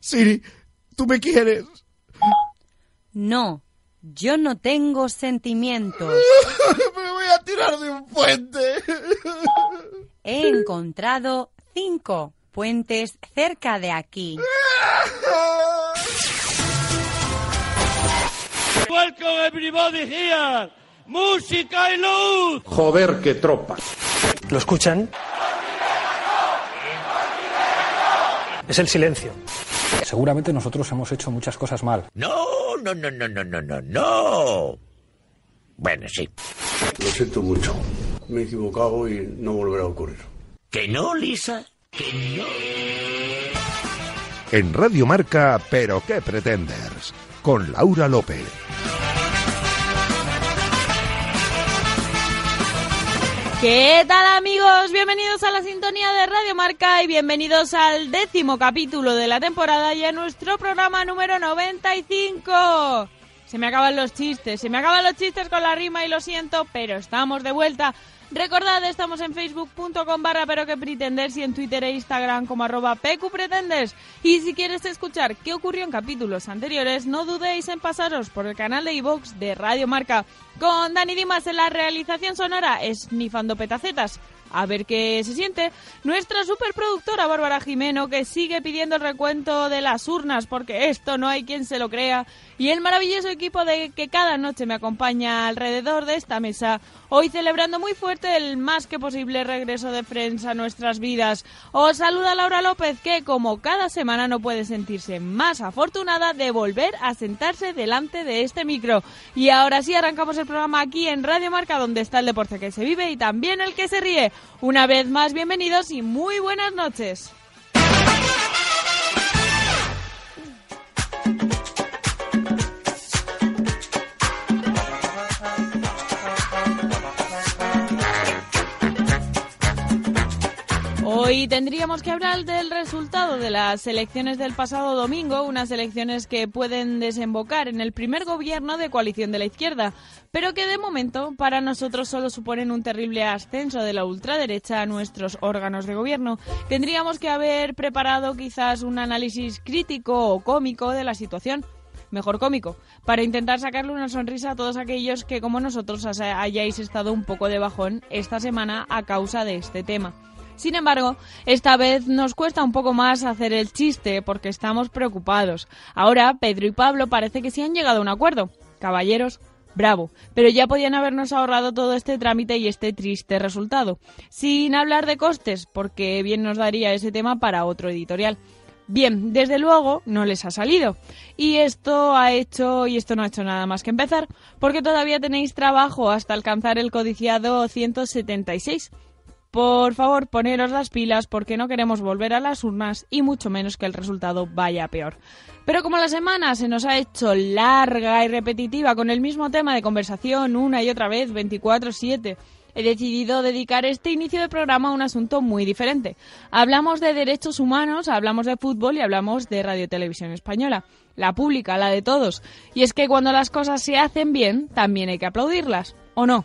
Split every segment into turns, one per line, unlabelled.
Siri, tú me quieres.
No, yo no tengo sentimientos.
me voy a tirar de un puente.
He encontrado cinco puentes cerca de aquí.
Welcome everybody here. Música y luz.
Joder, qué tropa.
¿Lo escuchan? Es el silencio.
Seguramente nosotros hemos hecho muchas cosas mal.
No, no, no, no, no, no, no, no. Bueno, sí.
Lo siento mucho. Me he equivocado y no volverá a ocurrir.
¿Que no, Lisa? ¿Que no?
En Radio Marca, pero qué pretenders, con Laura López.
¿Qué tal amigos? Bienvenidos a la sintonía de Radio Marca y bienvenidos al décimo capítulo de la temporada y a nuestro programa número 95. Se me acaban los chistes, se me acaban los chistes con la rima y lo siento, pero estamos de vuelta. Recordad, estamos en facebook.com barra pero que pretenders y en Twitter e Instagram como arroba pqpretenders. Y si quieres escuchar qué ocurrió en capítulos anteriores, no dudéis en pasaros por el canal de iVox de Radio Marca con Dani Dimas en la realización sonora esnifando petacetas. A ver qué se siente. Nuestra superproductora Bárbara Jimeno que sigue pidiendo el recuento de las urnas porque esto no hay quien se lo crea. Y el maravilloso equipo de que cada noche me acompaña alrededor de esta mesa. Hoy celebrando muy fuerte el más que posible regreso de Friends a nuestras vidas. Os saluda Laura López que como cada semana no puede sentirse más afortunada de volver a sentarse delante de este micro. Y ahora sí arrancamos el programa aquí en Radio Marca, donde está el deporte que se vive y también el que se ríe. Una vez más, bienvenidos y muy buenas noches. Hoy tendríamos que hablar del resultado de las elecciones del pasado domingo, unas elecciones que pueden desembocar en el primer gobierno de coalición de la izquierda, pero que de momento para nosotros solo suponen un terrible ascenso de la ultraderecha a nuestros órganos de gobierno. Tendríamos que haber preparado quizás un análisis crítico o cómico de la situación, mejor cómico, para intentar sacarle una sonrisa a todos aquellos que como nosotros hayáis estado un poco de bajón esta semana a causa de este tema. Sin embargo, esta vez nos cuesta un poco más hacer el chiste porque estamos preocupados. Ahora Pedro y Pablo parece que sí han llegado a un acuerdo. Caballeros, bravo, pero ya podían habernos ahorrado todo este trámite y este triste resultado. Sin hablar de costes, porque bien nos daría ese tema para otro editorial. Bien, desde luego no les ha salido. Y esto ha hecho, y esto no ha hecho nada más que empezar, porque todavía tenéis trabajo hasta alcanzar el codiciado 176. Por favor, poneros las pilas porque no queremos volver a las urnas y mucho menos que el resultado vaya peor. Pero como la semana se nos ha hecho larga y repetitiva con el mismo tema de conversación una y otra vez 24/7, he decidido dedicar este inicio de programa a un asunto muy diferente. Hablamos de derechos humanos, hablamos de fútbol y hablamos de Radio Televisión Española, la pública, la de todos. Y es que cuando las cosas se hacen bien, también hay que aplaudirlas, ¿o no?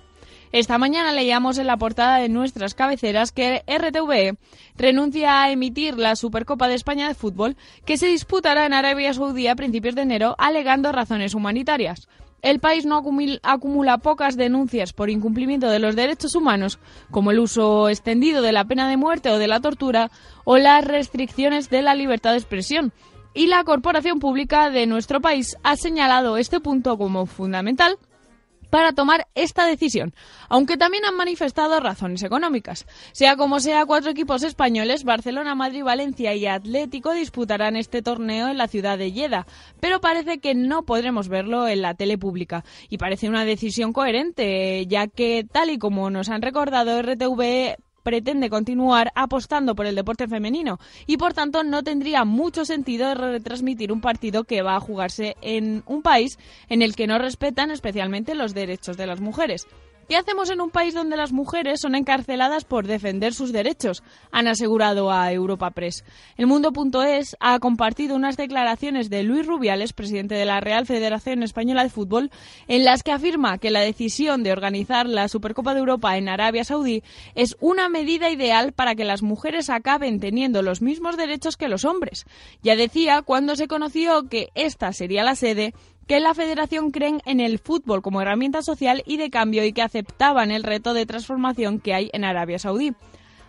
Esta mañana leíamos en la portada de nuestras cabeceras que RTVE renuncia a emitir la Supercopa de España de fútbol que se disputará en Arabia Saudí a principios de enero alegando razones humanitarias. El país no acumula pocas denuncias por incumplimiento de los derechos humanos, como el uso extendido de la pena de muerte o de la tortura, o las restricciones de la libertad de expresión, y la corporación pública de nuestro país ha señalado este punto como fundamental para tomar esta decisión, aunque también han manifestado razones económicas. Sea como sea, cuatro equipos españoles, Barcelona, Madrid, Valencia y Atlético, disputarán este torneo en la ciudad de Lleda, pero parece que no podremos verlo en la tele pública. Y parece una decisión coherente, ya que, tal y como nos han recordado RTV, pretende continuar apostando por el deporte femenino y por tanto no tendría mucho sentido retransmitir un partido que va a jugarse en un país en el que no respetan especialmente los derechos de las mujeres. ¿Qué hacemos en un país donde las mujeres son encarceladas por defender sus derechos? Han asegurado a Europa Press. El Mundo.es ha compartido unas declaraciones de Luis Rubiales, presidente de la Real Federación Española de Fútbol, en las que afirma que la decisión de organizar la Supercopa de Europa en Arabia Saudí es una medida ideal para que las mujeres acaben teniendo los mismos derechos que los hombres. Ya decía cuando se conoció que esta sería la sede que en la federación creen en el fútbol como herramienta social y de cambio y que aceptaban el reto de transformación que hay en Arabia Saudí.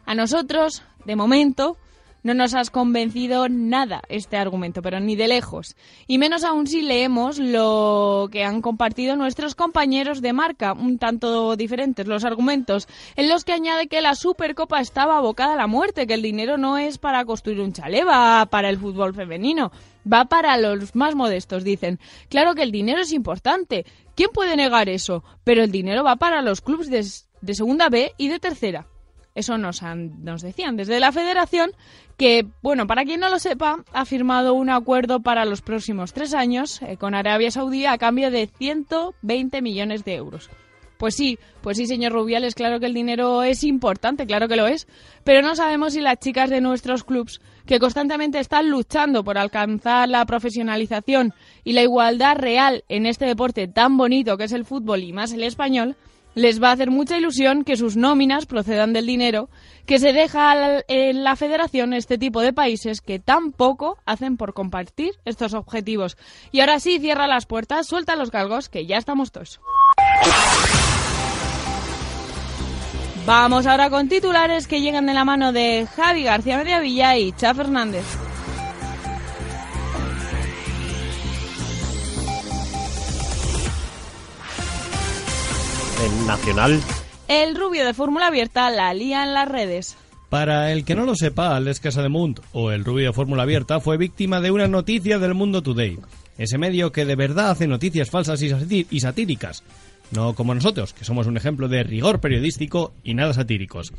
A nosotros, de momento, no nos has convencido nada este argumento, pero ni de lejos. Y menos aún si leemos lo que han compartido nuestros compañeros de marca, un tanto diferentes los argumentos, en los que añade que la Supercopa estaba abocada a la muerte, que el dinero no es para construir un chalet, va para el fútbol femenino, va para los más modestos, dicen. Claro que el dinero es importante, ¿quién puede negar eso? Pero el dinero va para los clubes de, de segunda B y de tercera. Eso nos, han- nos decían desde la federación que, bueno, para quien no lo sepa, ha firmado un acuerdo para los próximos tres años eh, con Arabia Saudí a cambio de 120 millones de euros. Pues sí, pues sí, señor Rubiales, claro que el dinero es importante, claro que lo es, pero no sabemos si las chicas de nuestros clubs, que constantemente están luchando por alcanzar la profesionalización y la igualdad real en este deporte tan bonito que es el fútbol y más el español, les va a hacer mucha ilusión que sus nóminas procedan del dinero que se deja al- en la federación este tipo de países que tampoco hacen por compartir estos objetivos. Y ahora sí, cierra las puertas, suelta los galgos, que ya estamos todos. Vamos ahora con titulares que llegan de la mano de Javi García Mediavilla y Cha Fernández.
En Nacional.
El rubio de Fórmula Abierta la lía en las redes.
Para el que no lo sepa, Alex Casademunt, o el rubio de Fórmula Abierta, fue víctima de una noticia del Mundo Today. Ese medio que de verdad hace noticias falsas y sati- y satíricas. No como nosotros, que somos un ejemplo de rigor periodístico y nada satíricos.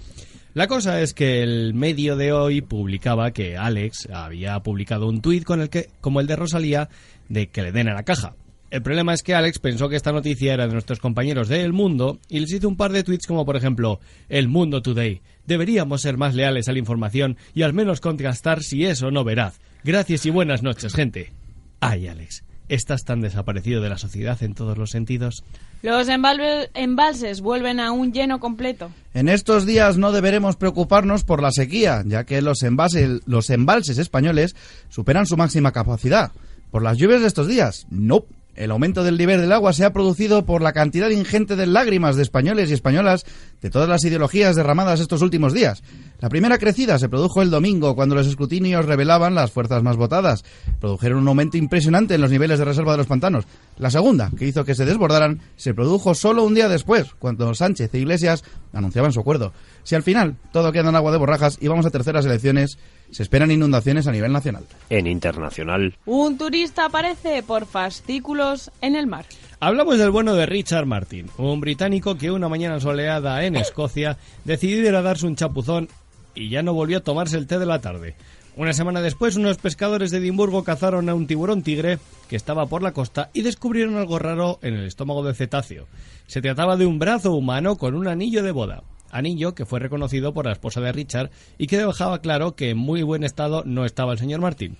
La cosa es que el medio de hoy publicaba que Alex había publicado un tuit con el que, como el de Rosalía, de que le den a la caja. El problema es que Alex pensó que esta noticia era de nuestros compañeros de El Mundo y les hizo un par de tweets como por ejemplo El Mundo Today. Deberíamos ser más leales a la información y al menos contrastar si es o no veraz. Gracias y buenas noches, gente. Ay, Alex, estás tan desaparecido de la sociedad en todos los sentidos.
Los embalve- embalses vuelven a un lleno completo.
En estos días no deberemos preocuparnos por la sequía, ya que los embalses, los embalses españoles superan su máxima capacidad. ¿Por las lluvias de estos días? No. El aumento del nivel del agua se ha producido por la cantidad ingente de lágrimas de españoles y españolas de todas las ideologías derramadas estos últimos días. La primera crecida se produjo el domingo, cuando los escrutinios revelaban las fuerzas más votadas. Produjeron un aumento impresionante en los niveles de reserva de los pantanos. La segunda, que hizo que se desbordaran, se produjo solo un día después, cuando Sánchez e Iglesias anunciaban su acuerdo. Si al final todo queda en agua de borrajas y vamos a terceras elecciones, se esperan inundaciones a nivel nacional.
En internacional.
Un turista aparece por fascículos en el mar.
Hablamos del bueno de Richard Martin, un británico que una mañana soleada en Escocia decidió ir a darse un chapuzón y ya no volvió a tomarse el té de la tarde. Una semana después, unos pescadores de Edimburgo cazaron a un tiburón tigre que estaba por la costa y descubrieron algo raro en el estómago del cetáceo. Se trataba de un brazo humano con un anillo de boda. Anillo que fue reconocido por la esposa de Richard y que dejaba claro que en muy buen estado no estaba el señor Martin.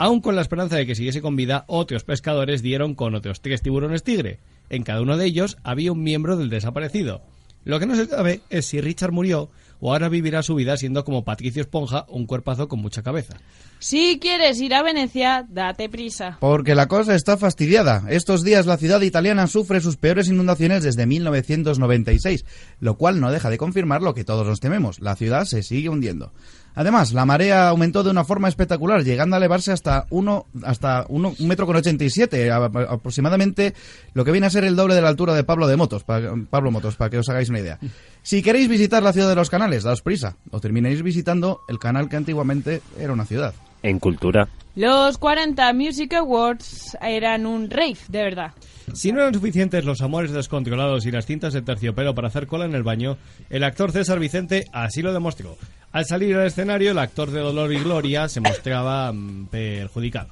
Aún con la esperanza de que siguiese con vida, otros pescadores dieron con otros tres tiburones tigre. En cada uno de ellos había un miembro del desaparecido. Lo que no se sabe es si Richard murió o ahora vivirá su vida siendo como Patricio Esponja, un cuerpazo con mucha cabeza.
Si quieres ir a Venecia, date prisa.
Porque la cosa está fastidiada. Estos días la ciudad italiana sufre sus peores inundaciones desde 1996, lo cual no deja de confirmar lo que todos nos tememos. La ciudad se sigue hundiendo. Además, la marea aumentó de una forma espectacular, llegando a elevarse hasta 1 hasta uno- un metro con 87, a- aproximadamente lo que viene a ser el doble de la altura de Pablo de Motos, pa- Pablo Motos, para que os hagáis una idea. Si queréis visitar la ciudad de los canales, daos prisa, o terminaréis visitando el canal que antiguamente era una ciudad.
En cultura.
Los 40 Music Awards eran un rave, de verdad.
Si no eran suficientes los amores descontrolados y las cintas de terciopelo para hacer cola en el baño, el actor César Vicente así lo demostró. Al salir al escenario, el actor de Dolor y Gloria se mostraba mm, perjudicado.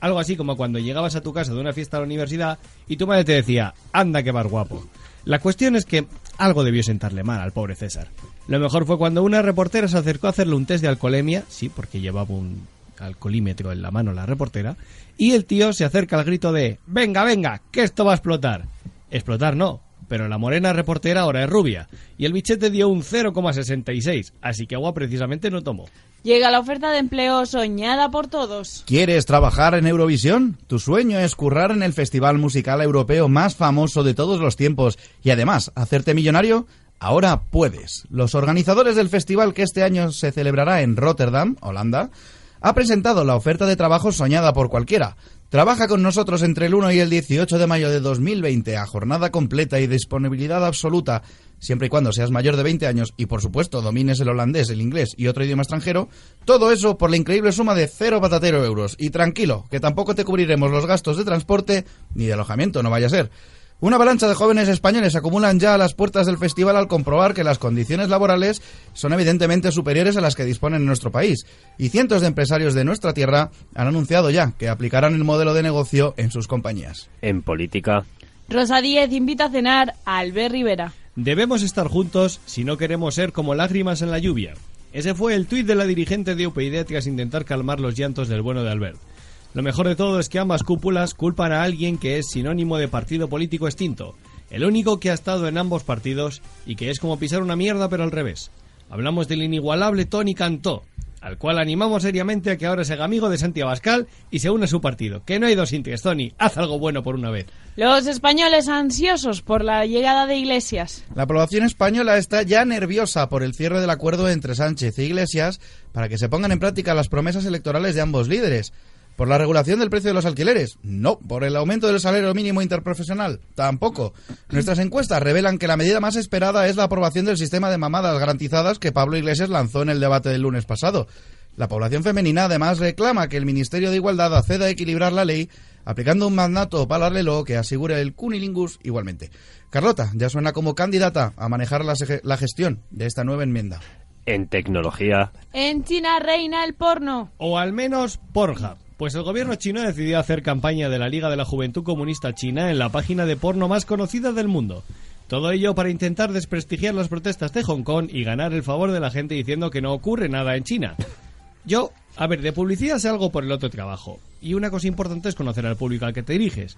Algo así como cuando llegabas a tu casa de una fiesta a la universidad y tu madre te decía, anda que vas guapo. La cuestión es que algo debió sentarle mal al pobre César. Lo mejor fue cuando una reportera se acercó a hacerle un test de alcoholemia, sí, porque llevaba un alcoholímetro en la mano la reportera, y el tío se acerca al grito de Venga, venga, que esto va a explotar. Explotar no, pero la morena reportera ahora es rubia, y el bichete dio un 0,66, así que agua precisamente no tomó.
Llega la oferta de empleo soñada por todos.
¿Quieres trabajar en Eurovisión? Tu sueño es currar en el festival musical europeo más famoso de todos los tiempos y además hacerte millonario. Ahora puedes. Los organizadores del festival que este año se celebrará en Rotterdam, Holanda, ha presentado la oferta de trabajo soñada por cualquiera. Trabaja con nosotros entre el 1 y el 18 de mayo de 2020 a jornada completa y disponibilidad absoluta, siempre y cuando seas mayor de 20 años y por supuesto domines el holandés, el inglés y otro idioma extranjero. Todo eso por la increíble suma de cero patatero euros. Y tranquilo, que tampoco te cubriremos los gastos de transporte ni de alojamiento, no vaya a ser. Una avalancha de jóvenes españoles acumulan ya a las puertas del festival al comprobar que las condiciones laborales son evidentemente superiores a las que disponen en nuestro país, y cientos de empresarios de nuestra tierra han anunciado ya que aplicarán el modelo de negocio en sus compañías.
En política,
Rosa Díez invita a cenar a Albert Rivera.
Debemos estar juntos si no queremos ser como lágrimas en la lluvia. Ese fue el tuit de la dirigente de UPyD tras intentar calmar los llantos del bueno de Albert. Lo mejor de todo es que ambas cúpulas culpan a alguien que es sinónimo de partido político extinto, el único que ha estado en ambos partidos y que es como pisar una mierda pero al revés. Hablamos del inigualable Tony Cantó, al cual animamos seriamente a que ahora se haga amigo de Santiago Abascal y se une a su partido. Que no hay dos sintes, Tony, haz algo bueno por una vez.
Los españoles ansiosos por la llegada de Iglesias.
La aprobación española está ya nerviosa por el cierre del acuerdo entre Sánchez e Iglesias para que se pongan en práctica las promesas electorales de ambos líderes. ¿Por la regulación del precio de los alquileres? No. ¿Por el aumento del salario mínimo interprofesional? Tampoco. Nuestras encuestas revelan que la medida más esperada es la aprobación del sistema de mamadas garantizadas que Pablo Iglesias lanzó en el debate del lunes pasado. La población femenina además reclama que el Ministerio de Igualdad acceda a equilibrar la ley aplicando un mandato paralelo que asegure el cunilingus igualmente. Carlota ya suena como candidata a manejar la, sege- la gestión de esta nueva enmienda.
en tecnología,
En China reina el porno.
O al menos Pornhub. Pues el gobierno chino decidió hacer campaña de la Liga de la Juventud Comunista China en la página de porno más conocida del mundo. Todo ello para intentar desprestigiar las protestas de Hong Kong y ganar el favor de la gente diciendo que no ocurre nada en China. Yo, a ver, de publicidad sé algo por el otro trabajo. Y una cosa importante es conocer al público al que te diriges.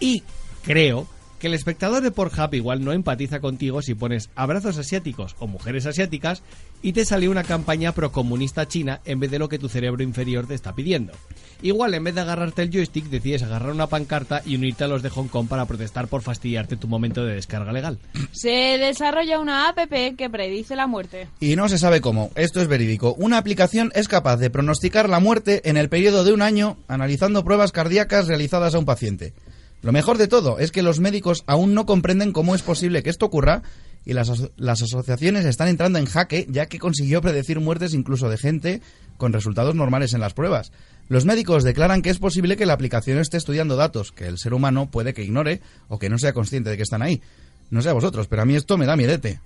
Y creo que el espectador de Pornhub igual no empatiza contigo si pones abrazos asiáticos o mujeres asiáticas y te salió una campaña procomunista china en vez de lo que tu cerebro inferior te está pidiendo. Igual en vez de agarrarte el joystick decides agarrar una pancarta y unirte a los de Hong Kong para protestar por fastidiarte tu momento de descarga legal.
Se desarrolla una app que predice la muerte.
Y no se sabe cómo, esto es verídico. Una aplicación es capaz de pronosticar la muerte en el periodo de un año analizando pruebas cardíacas realizadas a un paciente. Lo mejor de todo es que los médicos aún no comprenden cómo es posible que esto ocurra y las, aso- las asociaciones están entrando en jaque ya que consiguió predecir muertes incluso de gente con resultados normales en las pruebas. Los médicos declaran que es posible que la aplicación esté estudiando datos que el ser humano puede que ignore o que no sea consciente de que están ahí. No sé a vosotros, pero a mí esto me da miedete.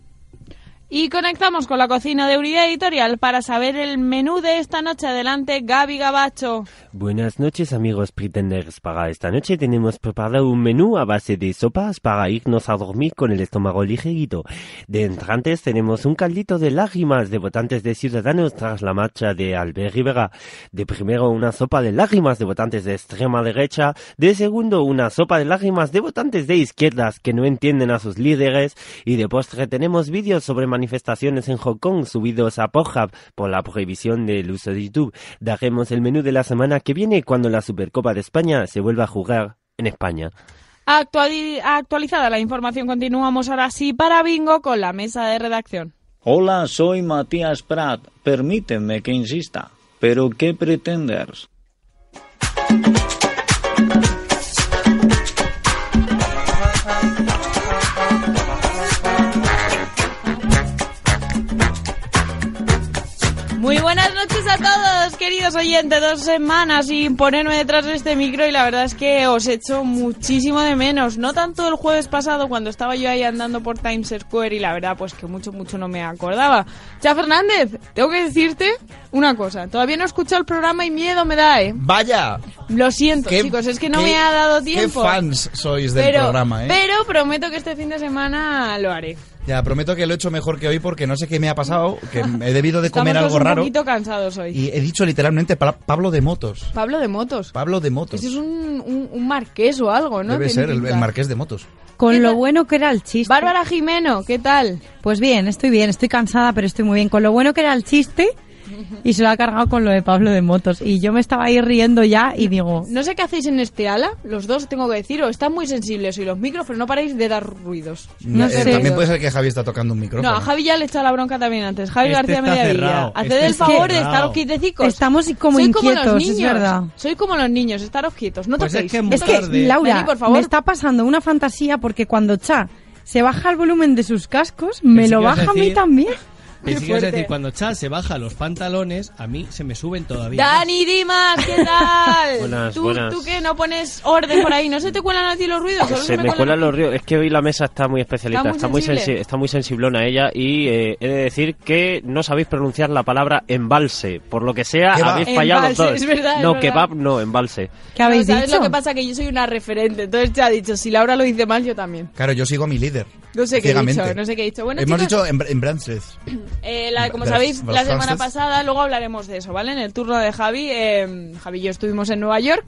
Y conectamos con la cocina de Unidad Editorial para saber el menú de esta noche. Adelante, Gaby Gabacho.
Buenas noches amigos pretenders. Para esta noche tenemos preparado un menú a base de sopas para irnos a dormir con el estómago ligerito. De entrantes tenemos un caldito de lágrimas de votantes de Ciudadanos tras la marcha de Albert Rivera. De primero una sopa de lágrimas de votantes de extrema derecha. De segundo una sopa de lágrimas de votantes de izquierdas que no entienden a sus líderes. Y de postre tenemos vídeos sobre manifestaciones en Hong Kong subidos a Pornhub por la prohibición del uso de YouTube. Daremos el menú de la semana que viene cuando la Supercopa de España se vuelva a jugar en España.
Actuali- actualizada la información, continuamos ahora sí para Bingo con la mesa de redacción.
Hola, soy Matías Prat. Permíteme que insista. ¿Pero qué pretenders?
Muy buenas noches a todos, queridos oyentes. Dos semanas sin ponerme detrás de este micro y la verdad es que os echo muchísimo de menos. No tanto el jueves pasado cuando estaba yo ahí andando por Times Square y la verdad pues que mucho, mucho no me acordaba. Cha Fernández, tengo que decirte una cosa. Todavía no he escuchado el programa y miedo me da, ¿eh?
Vaya.
Lo siento, chicos, es que no
qué-
me ha dado
Qué
tiempo.
fans sois del
pero,
programa, ¿eh?
pero prometo que este fin de semana lo haré.
Ya, prometo que lo he hecho mejor que hoy porque no sé qué me ha pasado, que he debido de comer
Estamos
algo
todos
raro.
un poquito cansados hoy.
Y he dicho literalmente Pa- Pablo de Motos.
Pablo de Motos.
Pablo de Motos.
Ese es un, un- un marqués o algo, ¿no?
Debe
Tiene
ser el,
pinta.
el marqués de Motos.
Con lo bueno que era el chiste.
Bárbara Jimeno, ¿qué tal?
Pues bien, estoy bien, estoy cansada, pero estoy muy bien. Con lo bueno que era el chiste y se lo ha cargado con lo de Pablo de Motos. Y yo me estaba ahí riendo ya y digo,
No sé qué hacéis en este ala, los dos tengo que decir, o están muy sensibles y los micros, pero no paráis de dar ruidos.
Eh, También puede ser que Javi está tocando un
No,
micrófono.
a Javi ya le he echado la bronca también antes. Javi
Este
García
está
Mediavilla.
cerrado,
Haced
este
el
está
favor de
cerrado.
estaros quietecicos.
Estamos como
Sois como
inquietos,
los
es
niños.
verdad.
Soy como los niños, estaros quietos. No
Pues es
toquéis.
que
no
es que,
toquéis.
Laura,
Vení, por favor.
me está pasando una fantasía porque cuando Cha se baja el volumen de sus cascos, me
Pensé
lo
que ibas a
baja a mí
decir-
también.
Y
Qué
sí que es
fuerte.
decir, cuando Chad se baja los pantalones, a mí se me suben todavía.
Dani Dimas, ¿qué tal?
Buenas,
¿Tú,
buenas. Ah,
¿Tú qué? ¿No pones orden por ahí? ¿No se te cuelan a ti los ruidos? Solo
Se me
cuelan
cuelan los ríos. Es que hoy la mesa está muy especialista,
Está muy
está muy,
sensible.
sensi- está muy sensiblona ella y eh, he de decir que no sabéis pronunciar la palabra embalse. Por lo que sea,
Kebab.
habéis fallado
Embalse,
todos.
es verdad, es
no,
verdad.
kebab, no, embalse.
¿Qué habéis
¿Sabes
dicho?
lo que pasa? Que yo soy una referente. Entonces te ha dicho, si Laura lo dice mal, yo también.
Claro, yo sigo a mi líder.
No sé qué he
ciegamente.
dicho, no sé qué he dicho. Bueno,
Hemos
chicos,
dicho en, en Brances.
eh, la- como
Blas-
sabéis, la
Blas
semana
Frances.
pasada, luego hablaremos de eso, ¿vale? En el turno de Javi, eh, Javi y yo estuvimos en Nueva York,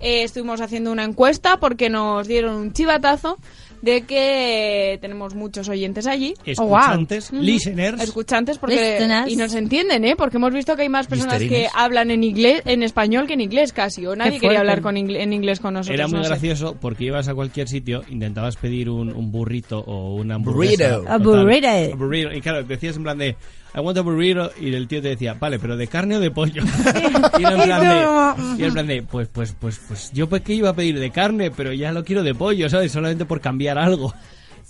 eh, estuvimos haciendo una encuesta porque nos dieron un chivatazo de que eh, tenemos muchos oyentes allí.
Escuchantes,
Oh, Ujú.
listeners.
Escuchantes porque...
Listeners.
Y nos entienden, ¿eh? Porque hemos visto que hay más personas que
Listerines.
hablan en inglés, en español que en inglés casi, o nadie quería
fuerte.
hablar con ingle- en inglés con nosotros.
Era muy
no sé.
gracioso porque ibas a cualquier sitio, intentabas pedir un, un burrito o una hamburguesa.
Burrito. A
o tal.
burrito.
A burrito. Y claro, decías en plan de, I want a burrito. Y el tío te decía, vale, pero de carne o de pollo. y era en plan de, y era en plan de, pues, pues, pues, pues, yo pues que iba a pedir de carne, pero ya lo quiero de pollo, ¿sabes? Solamente por cambiar algo.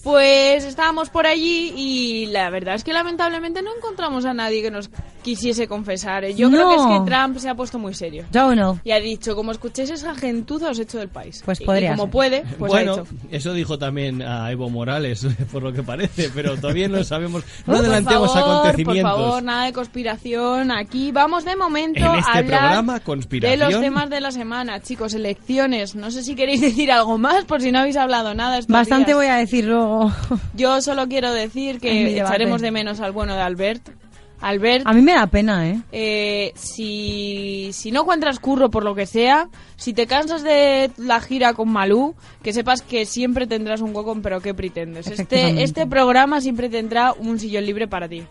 Pues estábamos por allí y la verdad es que lamentablemente no encontramos a nadie que nos quisiese confesar. ¿eh? Yo creo que es
No.
que Trump se ha puesto muy serio.
Donald.
Y ha dicho, como escuchéis esa gentuza os echo del país.
Pues
Y- y
podría
como
ser.
puede, pues ha
bueno,
hecho.
eso dijo también a Evo Morales, por lo que parece, pero todavía no sabemos,
Por
no adelantemos
favor,
acontecimientos.
Por favor, nada de conspiración. Aquí vamos de momento
En este
a hablar
programa,
de
conspiración.
los temas de la semana, chicos, elecciones. No sé si queréis decir algo más por si no habéis hablado nada. estos
Bastante
días.
voy a decir luego.
Yo solo quiero decir
En mi
que
debate.
echaremos de menos al bueno de Albert. Albert,
A mí me da pena, ¿eh?
eh, si, si no encuentras curro por lo que sea, si te cansas de la gira con Malú, que sepas que siempre tendrás un hueco en Pero qué pretendes. Este,
Efectivamente.
este programa siempre tendrá un sillón libre para ti.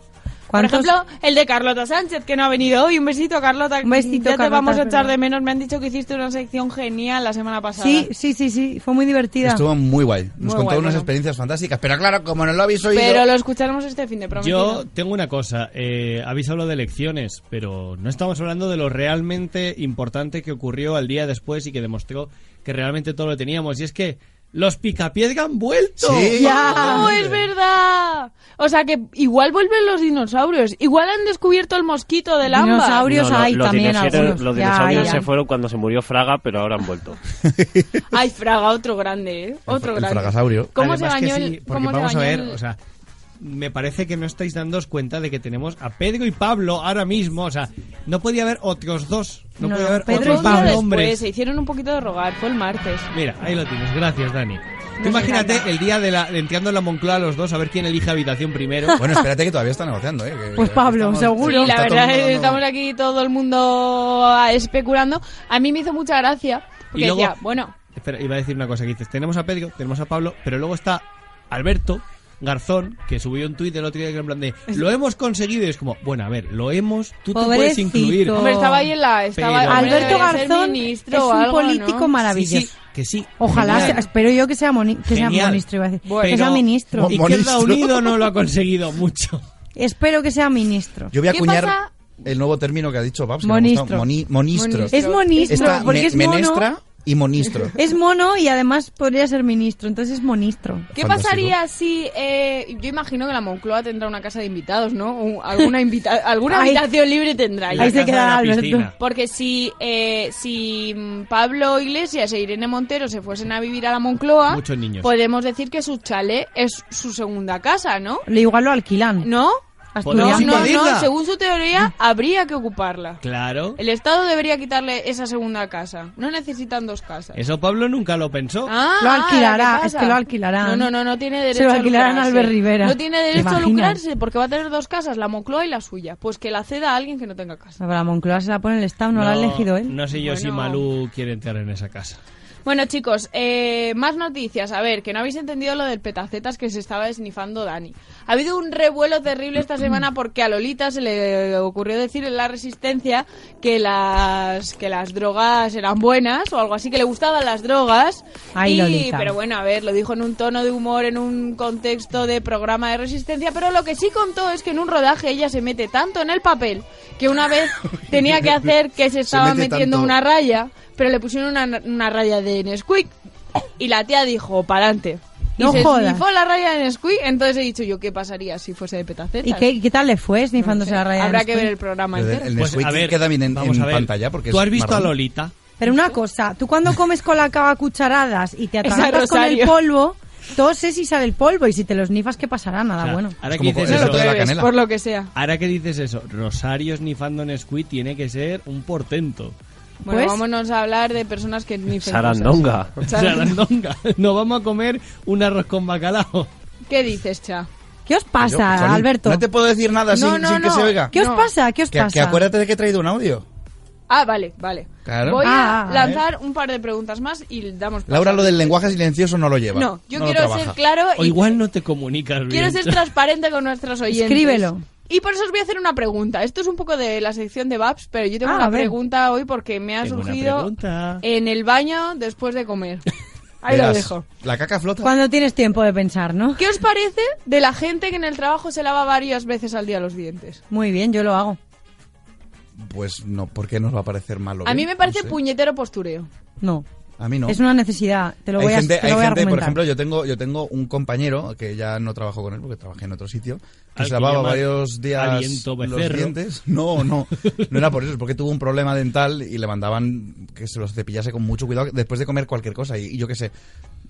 Por
¿Cuántos-
ejemplo, el de Carlota Sánchez, que no ha venido hoy. Un besito, Carlota.
Un besito,
Ya te
Carlota,
vamos a
es verdad.
echar de menos. Me han dicho que hiciste una sección genial la semana pasada.
Sí, sí, sí, sí, fue muy divertida.
Estuvo muy guay. Nos
Muy
contó
guay,
unas
bueno.
experiencias fantásticas. Pero claro, como no lo habéis oído.
Pero lo escucharemos este fin de prometido.
Yo tengo una cosa, eh, habéis hablado de elecciones, pero no estamos hablando de lo realmente importante que ocurrió al día después y que demostró que realmente todo lo teníamos. Y es que los picapiedra han vuelto.
¡No, ¡Oh, es verdad! O sea que igual vuelven los dinosaurios. Igual han descubierto el mosquito del ámbar.
No, lo- los dinosaurios, Los dinosaurios se fueron cuando se murió Fraga, pero ahora han vuelto.
Ay, Fraga, otro grande, ¿eh? Otro grande. ¿Cómo
Además
se
que
bañó
sí,
el-
porque
cómo se
vamos a
bañó
ver,
el-
o sea, me parece que no estáis dándoos cuenta de que tenemos a Pedro y Pablo ahora mismo, o sea, no podía haber otros dos, no, podía haber
Pedro
otros
un día
dos
después,
hombres.
se hicieron un poquito de rogar, fue el martes.
Mira, ahí lo tienes, gracias Dani. Tú
Nos
imagínate
encanta.
el día de la, entrando en la Moncloa los dos a ver quién elige habitación primero.
Bueno, espérate que todavía están negociando, ¿eh?
Pues Pablo, seguro.
Y la verdad es que estamos aquí todo el mundo ah, especulando. A mí me hizo mucha gracia, porque
Y luego-
decía, bueno,
Espera, iba a decir una cosa que dices, tenemos a Pedro, tenemos a Pablo, pero luego está Alberto Garzón, que subió un tuit el otro día que en plan de lo hemos conseguido y es como, bueno, a ver, lo hemos, tú te puedes incluir.
Hombre, estaba ahí en la... Estaba,
Pero-
hombre, debe
Alberto
ser
Garzón
ministro
es
o
un
algo, ¿no?
político maravilloso.
Sí, sí, que sí.
Ojalá,
Genial.
sea- espero yo que sea, moni- que sea
Genial.
ministro, iba a decir. que
Pero
sea ministro.
Izquierda Unido no lo ha conseguido mucho.
Espero que sea ministro.
Yo voy a
¿Qué
acuñar
pasa?
el nuevo término que ha dicho Babs. que me ha
Monistro.
gustado. Moni- monistro.
Es monistro,
Esta
porque
me-
es mono.
menestra y monistro.
Es mono y además podría ser ministro, entonces es monistro.
¿Qué
Fantástico.
pasaría si... eh, yo imagino que la Moncloa tendrá una casa de invitados, ¿no? Un- alguna invita- alguna
Ay.
habitación libre tendrá.
Ahí La se casa queda de la Alberto. piscina.
Porque si, eh, si mm, Pablo Iglesias e Irene Montero se fuesen a vivir a la Moncloa,
Muchos niños.
podemos decir que su chalet es su segunda casa, ¿no?
Le igual lo alquilan.
¿No?
Asturias.
no, no, no, según su teoría, habría que ocuparla.
Claro.
El Estado debería quitarle esa segunda casa. No necesitan dos
Eh,
casas.
Eso Pablo nunca lo pensó.
Ah,
Lo alquilará,
¿qué pasa?
es que lo alquilarán.
No, no, no, no tiene derecho
Se lo
a
alquilarán a
lucrarse.
Albert Rivera.
No tiene
¿Te
derecho a
imaginas?
lucrarse porque va a tener dos casas, la Moncloa y la suya. Pues que la ceda a alguien que no tenga casa.
Pero la Moncloa se la pone el Estado, no, la ha elegido él.
No sé yo si
Bueno.
Malú quiere entrar en esa casa.
Bueno, chicos, eh, más noticias. A ver, que no habéis entendido lo del petacetas que se estaba esnifando Dani. Ha habido un revuelo terrible esta semana porque a Lolita se le ocurrió decir en la resistencia que las que las drogas eran buenas o algo así, que le gustaban las drogas.
Ay,
Y-
Lolita.
Pero bueno, a ver, lo dijo en un tono de humor, en un contexto de programa de resistencia, pero lo que sí contó es que en un rodaje ella se mete tanto en el papel que una vez tenía que hacer que se estaba
mete
metiendo
tanto.
una raya, pero le pusieron una, una raya de Nesquik y la tía dijo, pa'lante. Y
No
se
jodas.
esnifó la raya de Nesquik, entonces he dicho yo, ¿qué pasaría si fuese de petacetas?
¿Y qué, qué tal le fue esnifándose la raya? de
Habrá que
Nesquik?
ver el programa
Pero
entero.
El Nesquik queda bien en-
vamos
en
a Pues, ver.
pantalla porque
¿Tú
es
has visto
marrón.
a Lolita?
Pero una cosa, tú cuando comes con la cava a cucharadas y te
Esa
atragantas con el
Rosario.
polvo, toses y sale el polvo y si te los nifas, ¿qué pasará? Nada
O sea,
Ah, bueno.
Ahora que dices
No
eso, eh,
lo pruebes, por lo que sea.
Ahora que dices eso, Rosario snifando en Squid tiene que ser un portento.
Bueno,
Pues-
vámonos a hablar de personas que esnifen cosas.
Sarandonga. Nos vamos a comer un arroz con bacalao.
¿Qué dices, Cha?
¿Qué os
Yo, Solín, No te puedo decir nada
No,
sin,
no,
sin que
no.
se oiga.
¿Qué os No. pasa? ¿Qué os
que,
pasa?
que acuérdate de que he traído un audio.
Ah, vale, vale.
Claro.
Voy
Ah,
a
ah,
lanzar un par de preguntas más y damos paso.
Laura, lo del lenguaje silencioso no lo lleva.
No, yo
lo
quiero ser
trabaja.
claro y- O igual
no te comunicas
Quiero ser transparente con nuestros oyentes.
Escríbelo.
Y por eso os voy a hacer una pregunta. Esto es un poco de la sección de Babs, pero yo tengo
Ah, a
una
ver.
pregunta hoy porque me ha
Tengo una
surgido
pregunta.
en el baño después de comer. Ahí lo
Verás,
dejo.
La caca flota.
Cuando tienes tiempo de pensar, ¿no?
¿Qué os parece de la gente que en el trabajo se lava varias veces al día los dientes?
Muy bien, yo lo hago.
Pues no, ¿por qué nos va a parecer malo?
A mí me parece
No sé.
puñetero postureo.
No.
A mí no.
Es una necesidad, te lo voy
hay gente,
a, te
hay
lo voy a
gente, por
argumentar.
ejemplo, yo tengo, yo tengo un compañero que ya no trabajo con él porque trabajé en otro sitio, que
Al
se
que
lavaba
llaman
varios días
aliento
los
becerro.
dientes. No, no, no era por eso, es porque tuvo un problema dental y le mandaban que se los cepillase con mucho cuidado después de comer cualquier cosa. Y, y yo qué sé,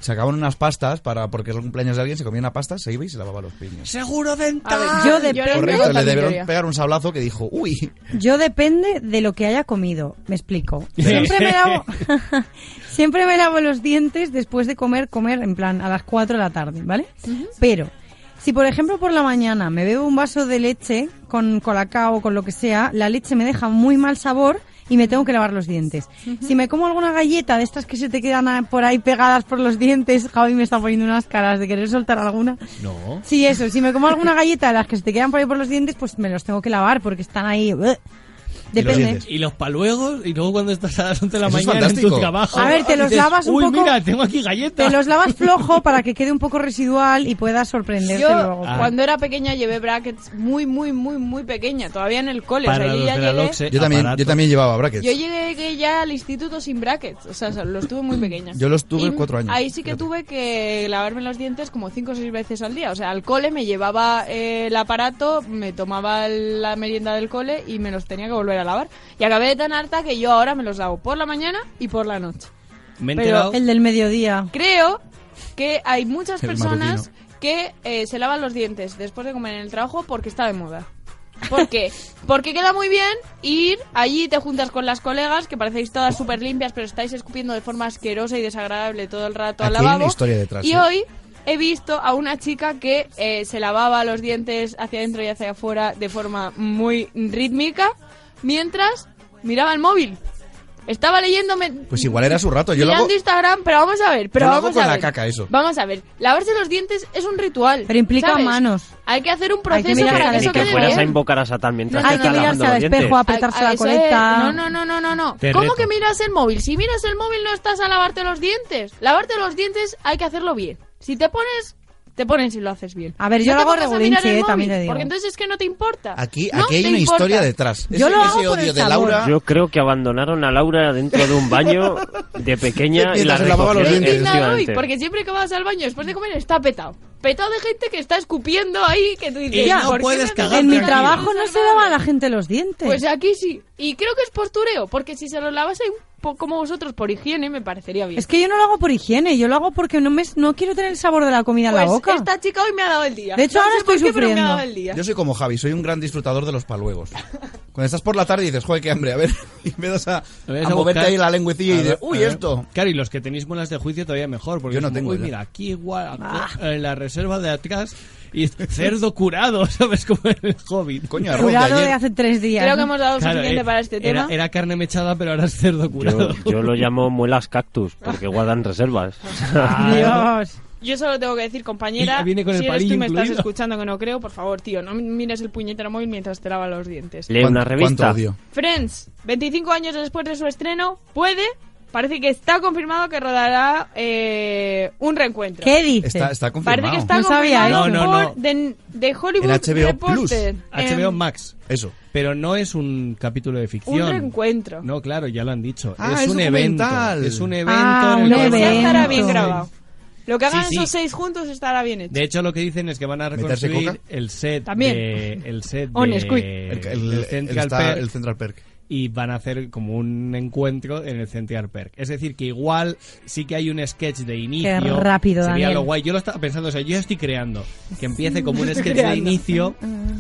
sacaban unas pastas para porque es el cumpleaños de alguien, se comía una pasta, se iba y se lavaba los piños.
¡Seguro
dental!
Yo depende-
Correcto, le
también
debieron
quería.
pegar un sablazo que dijo, uy,
Yo depende de lo que haya comido, me explico. Siempre me lavo, siempre me lavo los dientes después de comer, comer en plan a las 4 de la tarde, ¿vale? Pero si por ejemplo por la mañana me bebo un vaso de leche con colacao o con lo que sea, la leche me deja muy mal sabor y me tengo que lavar los dientes. Si me como alguna galleta de estas que se te quedan ah, por ahí pegadas por los dientes, Javi me está poniendo unas caras de querer soltar alguna.
No.
Sí, eso. Si me como alguna galleta de las que se te quedan por ahí por los dientes, pues me los tengo que lavar porque están ahí. bleh. Depende.
Y los paluegos, y luego cuando estás a las 11 de la
Eso es
mañana en tu
fantástico.
trabajo.
A ver, te los
dices,
lavas un
"Uy,
poco-
mira, tengo aquí galletas.
Te los lavas flojo para que quede un poco residual y puedas sorprenderte
Yo,
luego.
cuando era pequeña, llevé brackets muy, muy, muy, muy pequeña, todavía en el cole. O sea, yo, ya llegué,
yo también, yo también llevaba brackets.
yo llegué ya al instituto sin brackets, o sea, los tuve muy pequeñas.
Yo los tuve
Y
cuatro años,
Ahí sí que tuve que lavarme los dientes como cinco o seis veces al día. O sea, al cole me llevaba eh, el aparato, me tomaba la merienda del cole y me los tenía que volver a lavar. Y acabé de tan harta que yo ahora me los lavo por la mañana y por la noche.
Me he
Pero
enterado.
el del mediodía.
Creo que hay muchas
El
personas que eh, se lavan los dientes después de comer en el trabajo porque está de moda. ¿Por qué? Porque queda muy bien ir allí, te juntas con las colegas, que parecéis todas súper limpias, pero estáis escupiendo de forma asquerosa y desagradable todo el rato al
Aquí hay
lavabo.
una historia detrás,
y
¿eh?
hoy he visto a una chica que eh, se lavaba los dientes hacia adentro y hacia afuera de forma muy rítmica, mientras miraba el móvil. Estaba leyéndome
Pues igual era su rato, yo lo
mirando
hago-
Instagram, pero vamos a ver, pero
Yo lo hago
vamos
con
a
la
ver.
caca, eso.
Vamos a ver, lavarse los dientes es un ritual. Pero
implica manos.
Hay que hacer un
Hay que
proceso
mirar
para
al
que
Ni
eso
que
quede
fueras a
bien.
invocar a Satán mientras
No,
te
no,
está
no,
lavando
mirarse
los
al
dientes.
espejo, apretarse
A- a
la
eso
coleta.
es. No, no, no, no, no, no.
Te
¿Cómo
reto.
que miras el móvil? Si miras el móvil no estás a lavarte los dientes. Lavarte los dientes hay que hacerlo bien. Si te pones te ponen si lo haces bien.
A ver, yo lo
No te
hago
pongas a
regulinchi,
mirar el
eh, también
móvil,
te digo.
Porque entonces es que no te importa.
Aquí,
No
aquí hay
te
una
importa.
historia detrás.
Yo lo hago por el sabor.
Yo creo que abandonaron a Laura dentro de un baño de pequeña y la
Mientras se lavaba los
recogieron
dientes.
Indignada hoy,
efectivamente.
porque siempre que vas al baño después de comer está petado. Petado de gente que está escupiendo ahí, que tú dices,
Ya,
"¿Por qué me haces
En mi
esto?".
trabajo no se lava a la gente los dientes.
Pues aquí sí. Y creo que es postureo, porque si se lo lavase un poco como vosotros por higiene, me parecería bien.
Es que yo no lo hago por higiene, yo lo hago porque no me no quiero tener el sabor de la comida
pues
en la boca.
esta chica hoy me ha dado el día.
De hecho,
No
ahora
sé por
estoy
qué, pero me ha dado
sufriendo.
el día.
Yo soy como Javi, soy un gran disfrutador de los paluegos. Cuando estás por la tarde y dices, joder, qué hambre, a ver, y empiezas a, a moverte ahí la lengüecilla y dices, uy, esto.
Claro, y los que tenéis muelas de juicio todavía mejor. Porque
Yo no
es como,
tengo
Uy,
ya".
mira, aquí igual, aquí,
Ah.
en la reserva de atrás, y cerdo curado, ¿sabes? Como en el hobbit.
Coño,
Jurado de hace tres días.
Creo que hemos dado
Claro,
suficiente
eh,
para este
era,
tema.
era carne mechada, pero ahora es cerdo curado.
Yo, yo lo llamo muelas cactus, porque guardan reservas.
Yo solo tengo que decir, compañera,
Y viene con el
si eres tú y
palillo
me estás
incluido.
escuchando que no creo, por favor, tío, no mires el puñetero móvil mientras te lavas los dientes.
Lee una revista.
Friends, 25 años después de su estreno, puede, parece que está confirmado que rodará eh, un reencuentro.
¿Qué dices?
Está- está confirmado.
Parece que está
No sabía
confirmado
eso. No, no, no.
por The, The Hollywood
En HBO Plus.
Reporter. em,
HBO Max.
Eso.
Pero no es un capítulo de ficción.
Un reencuentro.
No, claro, ya lo han dicho.
Ah,
es,
es
un evento.
documental.
Es un evento.
Ah,
en el
lo
cual-
que sea estará bien grabado. Lo que hagan
Sí, sí.
esos seis juntos estará bien hecho.
De hecho, lo que dicen es que van a
¿Meterse coca?
reconstruir el set
También.
de- el set de-
O Nesquik.
El-
del
Eh, el- el
Central
está-
Perk
el Central Perk.
y van a hacer como un encuentro en el Central Perk. Es decir, que igual sí que hay un sketch de inicio.
Qué rápido,
Sería
Daniel.
lo guay. Yo lo estaba pensando, o sea, yo ya estoy creando. Que empiece como un
Estoy
sketch de
creando. Ah.
inicio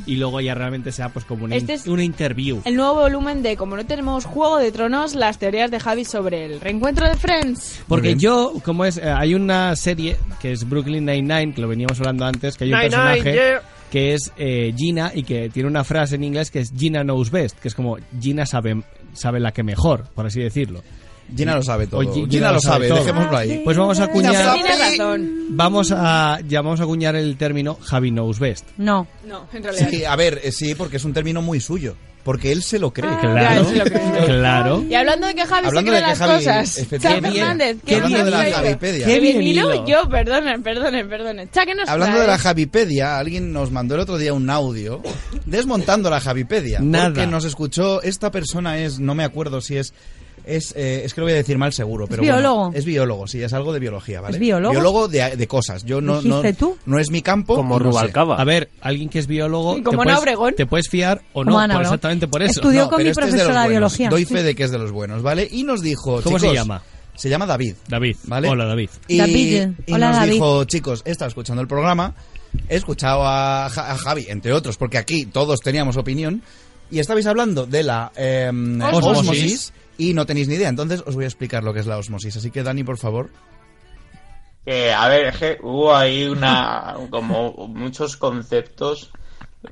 y luego ya realmente sea pues como una,
Este
in-
es
una interview.
El nuevo volumen de Como no tenemos Juego de Tronos, las teorías de Javi sobre el reencuentro de Friends.
Porque yo, como es, eh, hay una serie que es Brooklyn Nine-Nine, que lo veníamos hablando antes, que hay un
Nine-Nine,
personaje
yeah.
que es eh, Gina y que tiene una frase en inglés que es Gina knows best, que es como Gina sabe, sabe la que mejor, por así decirlo.
Gina lo sabe todo.
O Gi-
Gina lo sabe, dejémoslo ahí.
Pues vamos a
Tiene
acuñar,
razón.
vamos a, ya vamos a acuñar el término Javi knows best.
No.
No, en realidad.
Sí, a ver, eh, sí, porque es un término muy suyo. Porque él se lo
Ah,
cree.
Claro. Ah, Ya, él se lo cree. Claro.
Y hablando de que Javi
Hablando
se
de
cree
que
las
Javi-
cosas.
efectivamente.
Chad
Qué bien.
Fernández,
Qué bien de la Javipedia. Qué
bien
bien
hilo
hilo.
yo, perdonen, perdonen, perdonen. Chá, ¿qué nos
Hablando de
traes?
la Javipedia, alguien nos mandó el otro día un audio desmontando la Javipedia.
Nada.
Porque nos escuchó, esta persona es, no me acuerdo si es... Es, eh, es que lo voy a decir mal seguro, pero
Es
bueno,
biólogo.
es biólogo, sí, es algo de biología, ¿vale?
¿Es biólogo?
de, de cosas. Yo no, no,
¿Dijiste tú?
no es mi campo.
Como
no sé.
Rubalcaba.
A ver, alguien que es biólogo,
Y como
te,
Ana
puedes,
Obregón.
te puedes fiar o
Como
no,
Ana
por-
Obregón.
exactamente por eso.
Estudió
No,
con
pero
mi
este es de los
profesora de
buenos.
biología.
Doy fe de que es de los buenos, ¿vale? Y nos dijo,
¿Cómo se
chicos,
llama?
Se llama David.
David,
¿Vale?
hola David.
Y,
eh,
David.
y
Hola,
nos
David.
dijo, chicos, he estado escuchando el programa, he escuchado a, Ja- a Javi, entre otros, porque aquí todos teníamos opinión, y estabais hablando de la eh,
Osmosis.
osmosis y no tenéis ni idea, entonces os voy a explicar lo que es la osmosis. Así que, Dani, por favor.
Eh, a ver, es que hubo ahí una, como muchos conceptos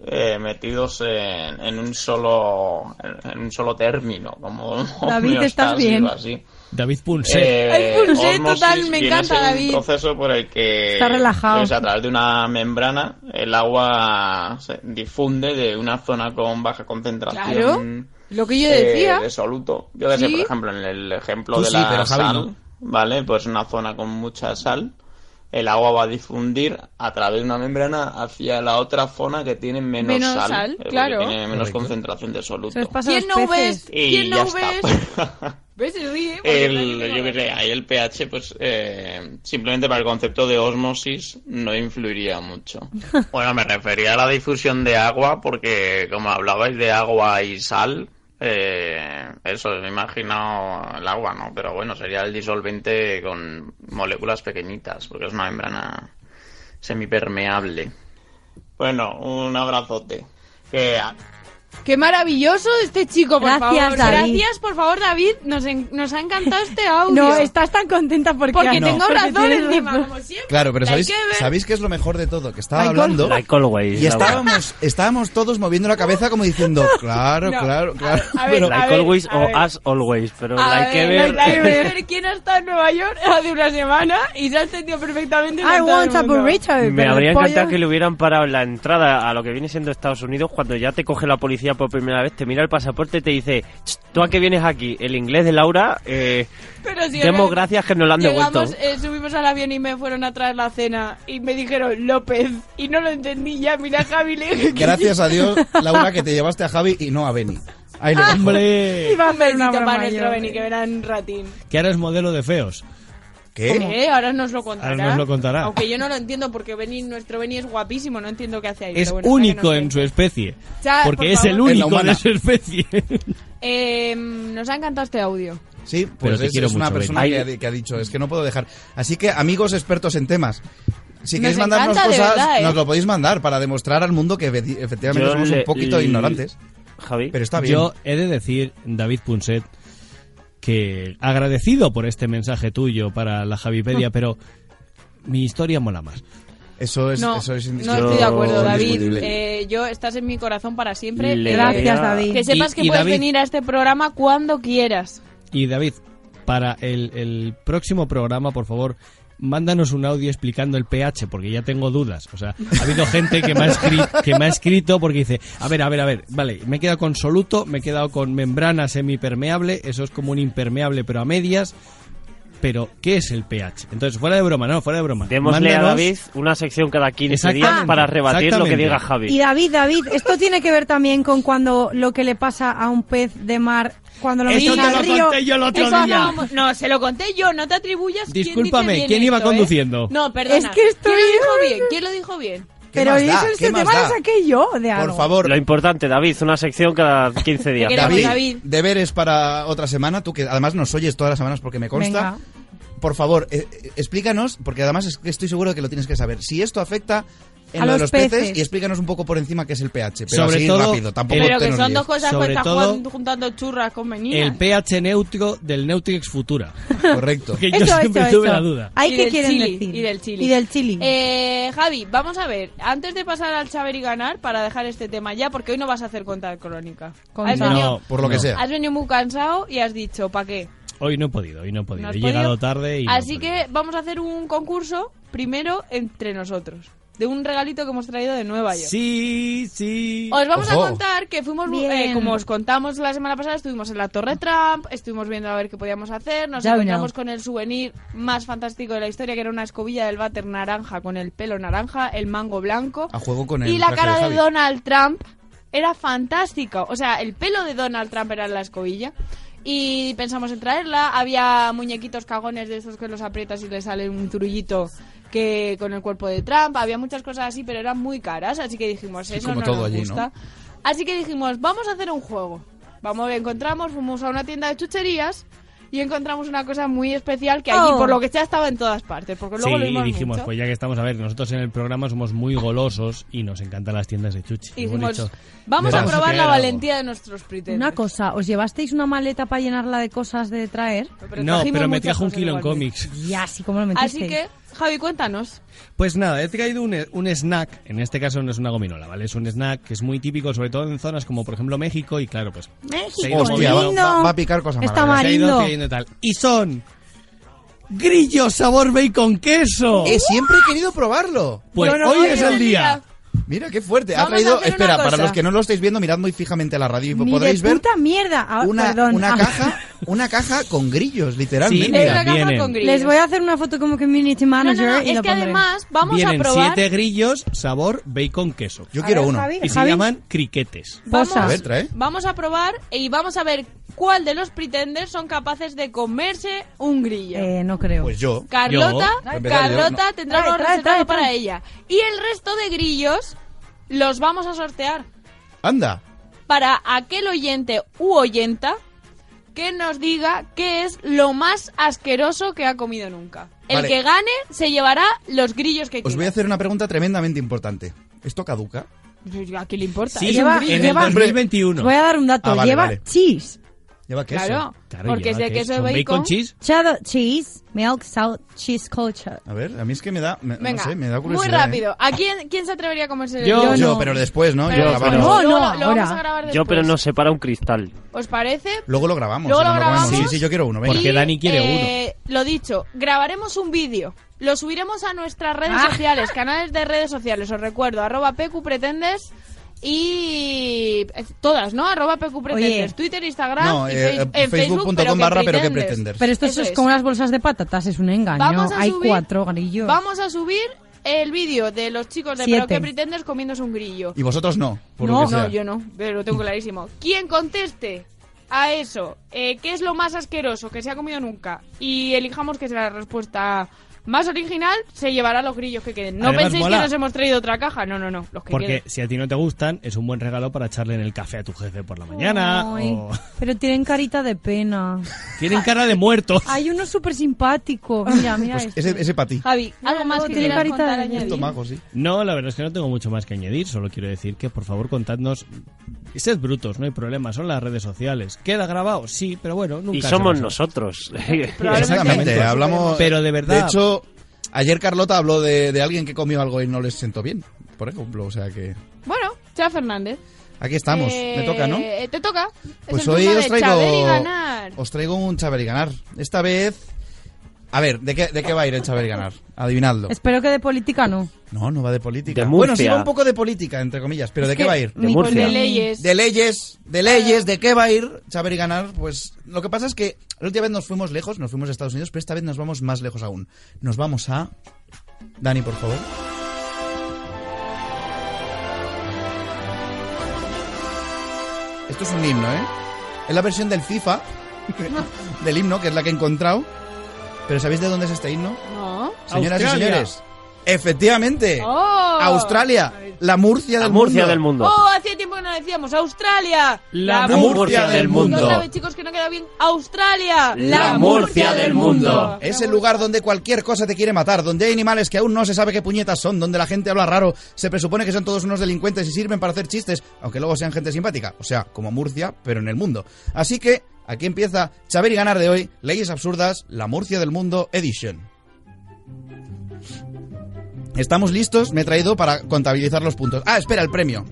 eh, metidos en, en un solo, en, en un solo término, como
David, ¿estás
homeostasis
bien?
o así.
David Punset.
Eh,
Ay, Punset,
osmosis
total, me
viene a
encanta,
ser
David.
Un proceso por el que
Está relajado.
pues, a través de una membrana el agua se difunde de una zona con baja concentración.
Claro, lo que yo
eh,
decía.
de soluto. Yo que sé,
Sí.
por ejemplo, en el ejemplo
Tú
de
sí,
la
pero Javi
sal,
no.
¿vale? Pues una zona con mucha sal, el agua va a difundir a través de una membrana hacia la otra zona que tiene menos,
Menos
sal,
sal,
eh, porque
claro.
tiene menos
Correcto.
concentración de
Se les
soluto.
pasa a
¿Quién
los
no este
peces.
ves?
Y
¿Quién
ya
no
está.
ves? ¿Ves? Se ríe porque
El,
Dani no-
yo que sé, ahí el pH, pues eh, simplemente para el concepto de osmosis no influiría mucho. Bueno, me refería a la difusión de agua porque como hablabais de agua y sal, eh, eso me imagino el agua, ¿no? Pero bueno, sería el disolvente con moléculas pequeñitas porque es una membrana semipermeable. Bueno, un abrazote. Que a-
Qué maravilloso este chico, por
Gracias,
favor.
David.
Gracias, por favor, David. Nos, en- nos ha encantado este audio.
No, estás tan contenta porque,
Porque
No.
tengo
Porque
razón
tienes
encima,
razón.
como siempre.
Claro, pero
La
¿sabéis,
hay que ver.
¿sabéis qué es lo mejor de todo? Que estaba
Like
hablando...
al- like always,
y
Laura.
estábamos, estábamos todos moviendo la cabeza como diciendo, claro,
No,
claro, claro.
a ver,
Pero-
a
Like
ver,
always
a
o
ver.
as always, pero
A
hay que
ver,
ver.
hay que ver quién ha estado en Nueva York hace una semana y se ha entendido perfectamente. con
I
todo el
want a
mundo.
burrito.
Me
pero
habría
pollo-
encantado que le hubieran parado la entrada a lo que viene siendo Estados Unidos cuando ya te coge la policía por primera vez, te mira el pasaporte y te dice, "Ch, ¿tú a qué vienes aquí? El inglés de Laura, eh,
Pero si
demos
ahora
gracias que nos lo han devuelto.
llegamos, eh, subimos al avión y me fueron a traer la cena y me dijeron López y no lo entendí ya. Mira, a Javi le dije que-
Gracias a Dios, Laura, que te llevaste a Javi y no a Beni. Ahí lo
Ah.
dejo.
¡Hombre!
Iba a hacer
una
una
broma
para nuestro
yo.
Beni, que verá en ratín.
Que ahora es modelo de feos.
¿Qué? Ahora nos lo contará.
Ahora nos lo contará.
Aunque yo no lo entiendo porque Beni, nuestro Beni es guapísimo, no entiendo qué hace ahí.
Es
pero bueno,
único
ya que
en su especie.
Ya, por
porque es el
favor. En la
único de
humana.
su especie.
nos- Eh, nos ha encantado este audio.
Sí,
Pero
pues
te
es,
quiero
es una
mucho,
persona
Beni.
que ha, di- que ha dicho, es que no puedo dejar. Así que, amigos expertos en temas, si
Nos
queréis mandarnos
encanta, de
cosas,
verdad, ¿eh?
nos lo podéis mandar para demostrar al mundo que efecti- efectivamente
Yo
somos
le-
un poquito
le-
ignorantes.
Javi.
Pero está bien.
Yo he de decir, David Punset, que agradecido por este mensaje tuyo para la
Ah.
Javipedia, pero mi historia mola más.
Eso es,
No,
Pues eso es
no
indiscutible.
estoy de acuerdo, David. Eh, yo estás en mi corazón para siempre.
Le
Eh,
Gracias, David.
Que sepas
Y-
que
y
puedes
David-
venir a este programa cuando quieras.
Y David, para el, el próximo programa, por favor, mándanos un audio explicando el pH, porque ya tengo dudas. O sea, ha habido gente que me ha, escri- que me ha escrito porque dice, a ver, a ver, a ver, vale, me he quedado con soluto, me he quedado con membrana semipermeable, eso es como un impermeable, pero a medias. Pero, ¿qué es el pH? Entonces, fuera de broma, no, fuera de broma.
Démosle a
Mándanos-
David una sección cada 15
Exactamente,
días para rebatir lo que
exactamente.
diga Javi.
Y David, David, esto tiene que ver también con cuando lo que le pasa a un pez de mar cuando lo
Eso
meten
te
al
lo
río.
conté yo el otro
Eso
día.
no, no, se lo conté yo, no te atribuyas. quién dice
Discúlpame,
bien
¿quién iba
esto, eh?
conduciendo?
No, perdona.
Es que estoy-
¿Quién lo dijo bien? ¿Quién lo dijo bien?
Pero
más da?
eso
¿Qué
se te
más
va
da?
a saqué yo de algo.
favor.
Lo importante, David, una sección cada 15 días.
David, deberes para otra semana, tú que además nos oyes todas las semanas porque me consta.
Venga.
Por favor, eh, eh, explícanos, porque además es que estoy seguro de que lo tienes que saber. Si esto afecta en
A
lo de
los
los peces,
peces.
y explícanos un poco por encima qué es el pH, pero
Sobre
así
todo,
rápido, tampoco te
el-
Pero que
nos
son
líes.
dos cosas
Sobre
que estás
todo-
jun- juntando churras con meninas.
El pH neutro del Neutrix Futura.
Correcto.
Que yo
Eso,
siempre
eso,
tuve
eso.
la duda.
Ay,
Y
¿qué
del
quieren
chili,
decir?
Y del chili.
Y del chili.
Eh, Javi, vamos a ver. Antes de pasar al saber y ganar, para dejar este tema ya, porque hoy no vas a hacer contar crónica.
Contar.
Has venido-
No, por lo que sea.
Has venido muy cansado y has dicho, ¿para qué?
Hoy no he podido, hoy no he podido.
No has
Pues he llegado
podido.
tarde y. no he
Así que vamos a hacer un concurso primero entre nosotros. De un regalito que hemos traído de Nueva York.
Sí, sí.
Os vamos
Ojo.
a contar que fuimos,
Bien.
eh, como os contamos la semana pasada, estuvimos en la Torre Trump, estuvimos viendo a ver qué podíamos hacer, nos
Ya vino.
encontramos con el souvenir más fantástico de la historia, que era una escobilla del váter naranja con el pelo naranja, el mango blanco.
A juego con el
y la
traje
cara
de
de,
Javi.
Donald Trump era fantástica. O sea, el pelo de Donald Trump era la escobilla. Y pensamos en traerla. Había muñequitos cagones de esos que los aprietas y le sale un zurullito que con el cuerpo de Trump. Había muchas cosas así, pero eran muy caras. Así que dijimos, eso
como
no
todo
nos
allí, ¿no?
gusta. Así que dijimos, vamos a hacer un juego. Vamos, encontramos, fuimos a una tienda de chucherías y encontramos una cosa muy especial que allí,
Oh.
por lo que sea, estaba en todas partes. Porque luego lo
sí,
vimos
dijimos,
mucho.
pues ya que estamos, a ver, nosotros en el programa somos muy golosos y nos encantan las tiendas de chuchi.
Y
Hemos
dijimos,
dicho,
vamos,
"Vamos
a
a
probar
crear
la
algo".
valentía de nuestros pretenders.
Una cosa, ¿os llevasteis una maleta para llenarla de cosas de traer?
no,
trajimos
pero me
muchas
trajo un
cosas
kilo en
igualmente.
cómics.
Ya, así como lo metisteis.
Así que, Javi, cuéntanos.
Pues nada, he traído un, un snack, en este caso no es una gominola, ¿vale? Es un snack que es muy típico, sobre todo en zonas como, por ejemplo, México y claro, pues... se ha ido
Hostia, va,
moviendo-
va- va a picar cosas
Está
malas.
se ha ido cediendo y tal. Y son... Grillo sabor bacon queso.
Eh, siempre he querido probarlo.
Pues Bueno, hoy hoy es es el el día. día.
Mira qué fuerte. Ha
Vamos a
traído.
hacer una
Espera, para
cosa.
los que no lo estáis viendo, mirad muy fijamente la radio y
Ni
podréis
de
ver
puta mierda. Ah,
una,
perdón.
una
Ah.
caja, una caja con grillos, literalmente.
Sí, mira, Es una caja vienen. con
Les voy a hacer una foto como community manager y
es
lo
que
pondré.
además vamos
Vienen
a probar.
siete grillos sabor bacon queso.
Yo
A quiero ver, uno. Javi,
y se
Javi.
llaman criquetes.
Vamos,
A ver, trae.
vamos a probar y vamos a ver cuál de los pretenders son capaces de comerse un grillo.
Eh, no creo.
Pues yo.
Carlota,
Para empezar, yo,
Carlota
no.
tendrá
Trae,
uno
trae,
reservado
trae, trae.
para ella. Y el resto de grillos los vamos a sortear
Anda.
para aquel oyente u oyenta que nos diga qué es lo más asqueroso que ha comido nunca. El
Vale.
que gane se llevará los grillos que
Os voy a hacer una pregunta tremendamente importante. ¿Esto caduca?
quiera. Pues, ¿A quién le importa? Es
Sí,
un
lleva-
grillo.
en el 2021.
Voy a dar un dato.
Ah, vale,
lleva
vale.
cheese.
Lleva queso.
Claro, porque es de queso de
Con
bacon.
bacon cheese.
Cheddar cheese, milk, salt, cheese culture.
A ver, a mí es que me da, me- no
Venga,
sé, me da
muy
curiosidad.
rápido. ¿A quién, quién se atrevería a comerse el
Yo,
grillo?
Yo, pero después, ¿no? Yo
Pero
grabamos.
después,
No,
luego
no,
lo- lo vamos
ahora.
a grabar
Yo, pero
después.
nos separa un cristal.
¿Os parece?
Luego lo grabamos.
Luego
y
lo
nos comemos.
grabamos.
Sí, sí, yo quiero uno.
Porque Dani quiere
Eh, Lo dicho, grabaremos un vídeo. Lo
Ah.
subiremos a nuestras redes sociales, canales de redes sociales. Os recuerdo, arroba PQPretendes. Y eh, todas, ¿no? Arroba PQPretenders.
Oye.
Twitter, Instagram
No,
y
eh,
face-
eh,
en Facebook,
facebook.com
pero que
barra pero que
pretenders.
pretenders.
Pero esto es,
Eso es.
como las bolsas de patatas, es un engaño.
Vamos a
Hay
subir-
cuatro grillos.
Vamos a subir el vídeo de los chicos de
Siete.
Pero que Pretenders comiéndose un grillo.
Y vosotros no, por
no,
lo que sea.
no, yo no, pero lo tengo clarísimo. Quien conteste a eso, eh, ¿qué es lo más asqueroso que se ha comido nunca? Y elijamos que será la respuesta más original, se llevará los grillos que queden. No
Además,
penséis
mola.
que nos hemos traído otra caja, no, no, no, los que
Porque
queden.
si a ti no te gustan, es un buen regalo para echarle en el café a tu jefe por la mañana.
Ay,
Oh.
o-
Pero tienen carita de pena.
Tienen cara de muertos.
Hay uno súper simpático. Mira, mira
Pues
este.
Ese, ese para ti.
Javi,
No,
algo
no,
más que
tiene
quieras
carita
contar,
de-
añadir.
Tomago, sí.
No, la verdad es que no tengo mucho más que añadir. Solo quiero decir que, por favor, contadnos. Sed brutos, no hay problema. Son las redes sociales. ¿Queda grabado, sí, pero bueno, nunca.
Y
se
somos
pasa.
nosotros.
Exactamente, hablamos.
Pero de
De
verdad.
hecho, ayer Carlota habló de, de alguien que comió algo y no les sentó bien, por ejemplo. O sea que.
Bueno, Chava Fernández.
Aquí estamos,
Eh,
me toca, ¿no?
eh, Te toca.
Pues
es el
hoy
turno
os
de
traigo,
Chávez y ganar.
os traigo un Chaver y ganar. Esta vez. A ver, ¿de qué, de qué va a ir el Chaver y ganar? Adivinadlo.
Espero que de política no.
No, no va de política.
De
bueno, sí
Murcia.
va un poco de política, entre comillas, pero
Es
¿de qué
que
va a ir?
mi De Murcia.
De
De
leyes.
leyes.
De leyes, de qué va a ir saber y ganar. Pues lo que pasa es que la última vez nos fuimos lejos, nos fuimos a Estados Unidos, pero esta vez nos vamos más lejos aún. Nos vamos a... Dani, por favor. Esto es un himno, ¿eh? Es la versión del FIFA, del himno, que es la que he encontrado. Pero ¿sabéis de dónde es este himno?
No.
Señoras
Australia.
y señores, efectivamente,
Oh.
Australia, la Murcia del
Murcia
mundo.
del mundo.
Oh, hacía tiempo que no decíamos Australia.
La Murcia del mundo.
No sabes, chicos, que no queda bien Australia.
Es el lugar donde cualquier cosa te quiere matar, donde hay animales que aún no se sabe qué puñetas son, donde la gente habla raro, se presupone que son todos unos delincuentes y sirven para hacer chistes, aunque luego sean gente simpática. O sea, como Murcia, pero en el mundo. Así que, aquí empieza Saber y Ganar de hoy, Leyes Absurdas, la Murcia del Mundo Edition. Estamos listos, me he traído para contabilizar los puntos. Ah, espera, el premio.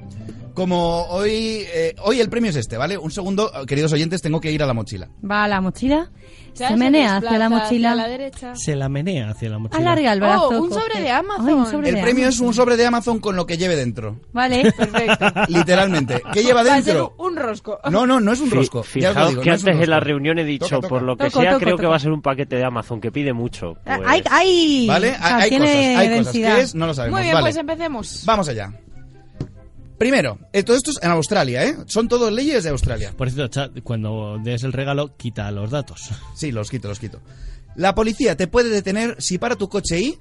Como hoy, eh, hoy el premio es este, ¿vale? Un segundo, queridos oyentes, tengo que ir a la mochila.
Va a la mochila.
Ya
Se menea
desplaza
hacia la mochila.
hacia la derecha.
Se la menea hacia la mochila.
Alarga el brazo.
Oh, un
coge.
sobre de Amazon.
Ay, un sobre
El
de
premio es
Amazon.
un sobre de Amazon con lo que lleve dentro.
Vale.
Literalmente. ¿Qué lleva
Va a ser
dentro?
un rosco.
No, no, no es un
Fi-
rosco. Ya os lo
Fijaos
digo,
que
no es un
antes en la
rosco.
reunión he dicho,
Toca,
por lo que
Toca,
sea,
toca,
creo que
toca.
va a ser un paquete de Amazon que pide mucho.
Ah,
pues.
¡Ay! ay.
¿Vale?
O sea,
Hay, hay
tiene
cosas, hay cosas.
densidad.
¿Qué es? No lo sabemos.
Muy bien,
Vale.
pues empecemos.
Vamos allá. Primero, eh, todo esto es en Australia, ¿eh? Son todos leyes de Australia.
Por cierto, chat, cuando des el regalo, quita los datos.
Sí, los quito, los quito. La policía te puede detener si para tu coche y